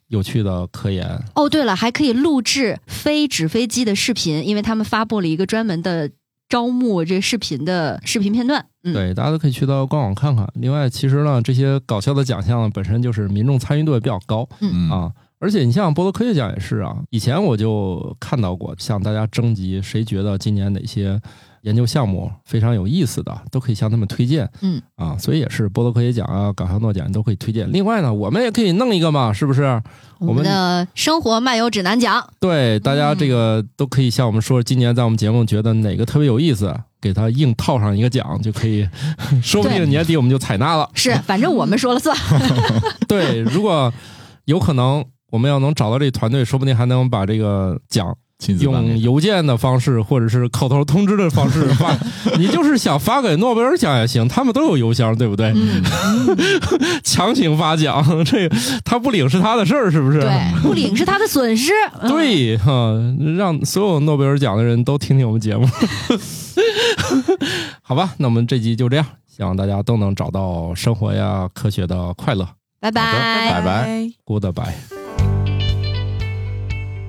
有趣的科研。
哦，对了，还可以录制非纸飞机的视频，因为他们发布了一个专门的招募这视频的视频片段。嗯，
对，大家都可以去到官网看看。另外，其实呢，这些搞笑的奖项呢，本身就是民众参与度也比较高
嗯
啊。而且你像博罗科学奖也是啊，以前我就看到过，向大家征集谁觉得今年哪些研究项目非常有意思的，都可以向他们推荐。
嗯
啊，所以也是博罗科学奖啊、搞笑诺奖都可以推荐。另外呢，我们也可以弄一个嘛，是不是？
我们的生活漫游指南奖，
对，大家这个都可以向我们说，今年在我们节目觉得哪个特别有意思，给他硬套上一个奖就可以， 说不
对
定年底我们就采纳了。
是反正我们说了算。
对，如果有可能，我们要能找到这团队，说不定还能把这个奖
亲子版
用
给
邮件的方式，或者是口头通知的方式 发。你就是想发给诺贝尔奖也行，他们都有邮箱，对不对？
嗯，
强行发奖，这个他不领是他的事儿，是不是？啊
对，不领是他的损失。嗯，
对哈、让所有诺贝尔奖的人都听听我们节目， 好吧？那我们这集就这样，希望大家都能找到生活呀、科学的快乐。
拜
好的
拜。
拜拜。
Goodbye。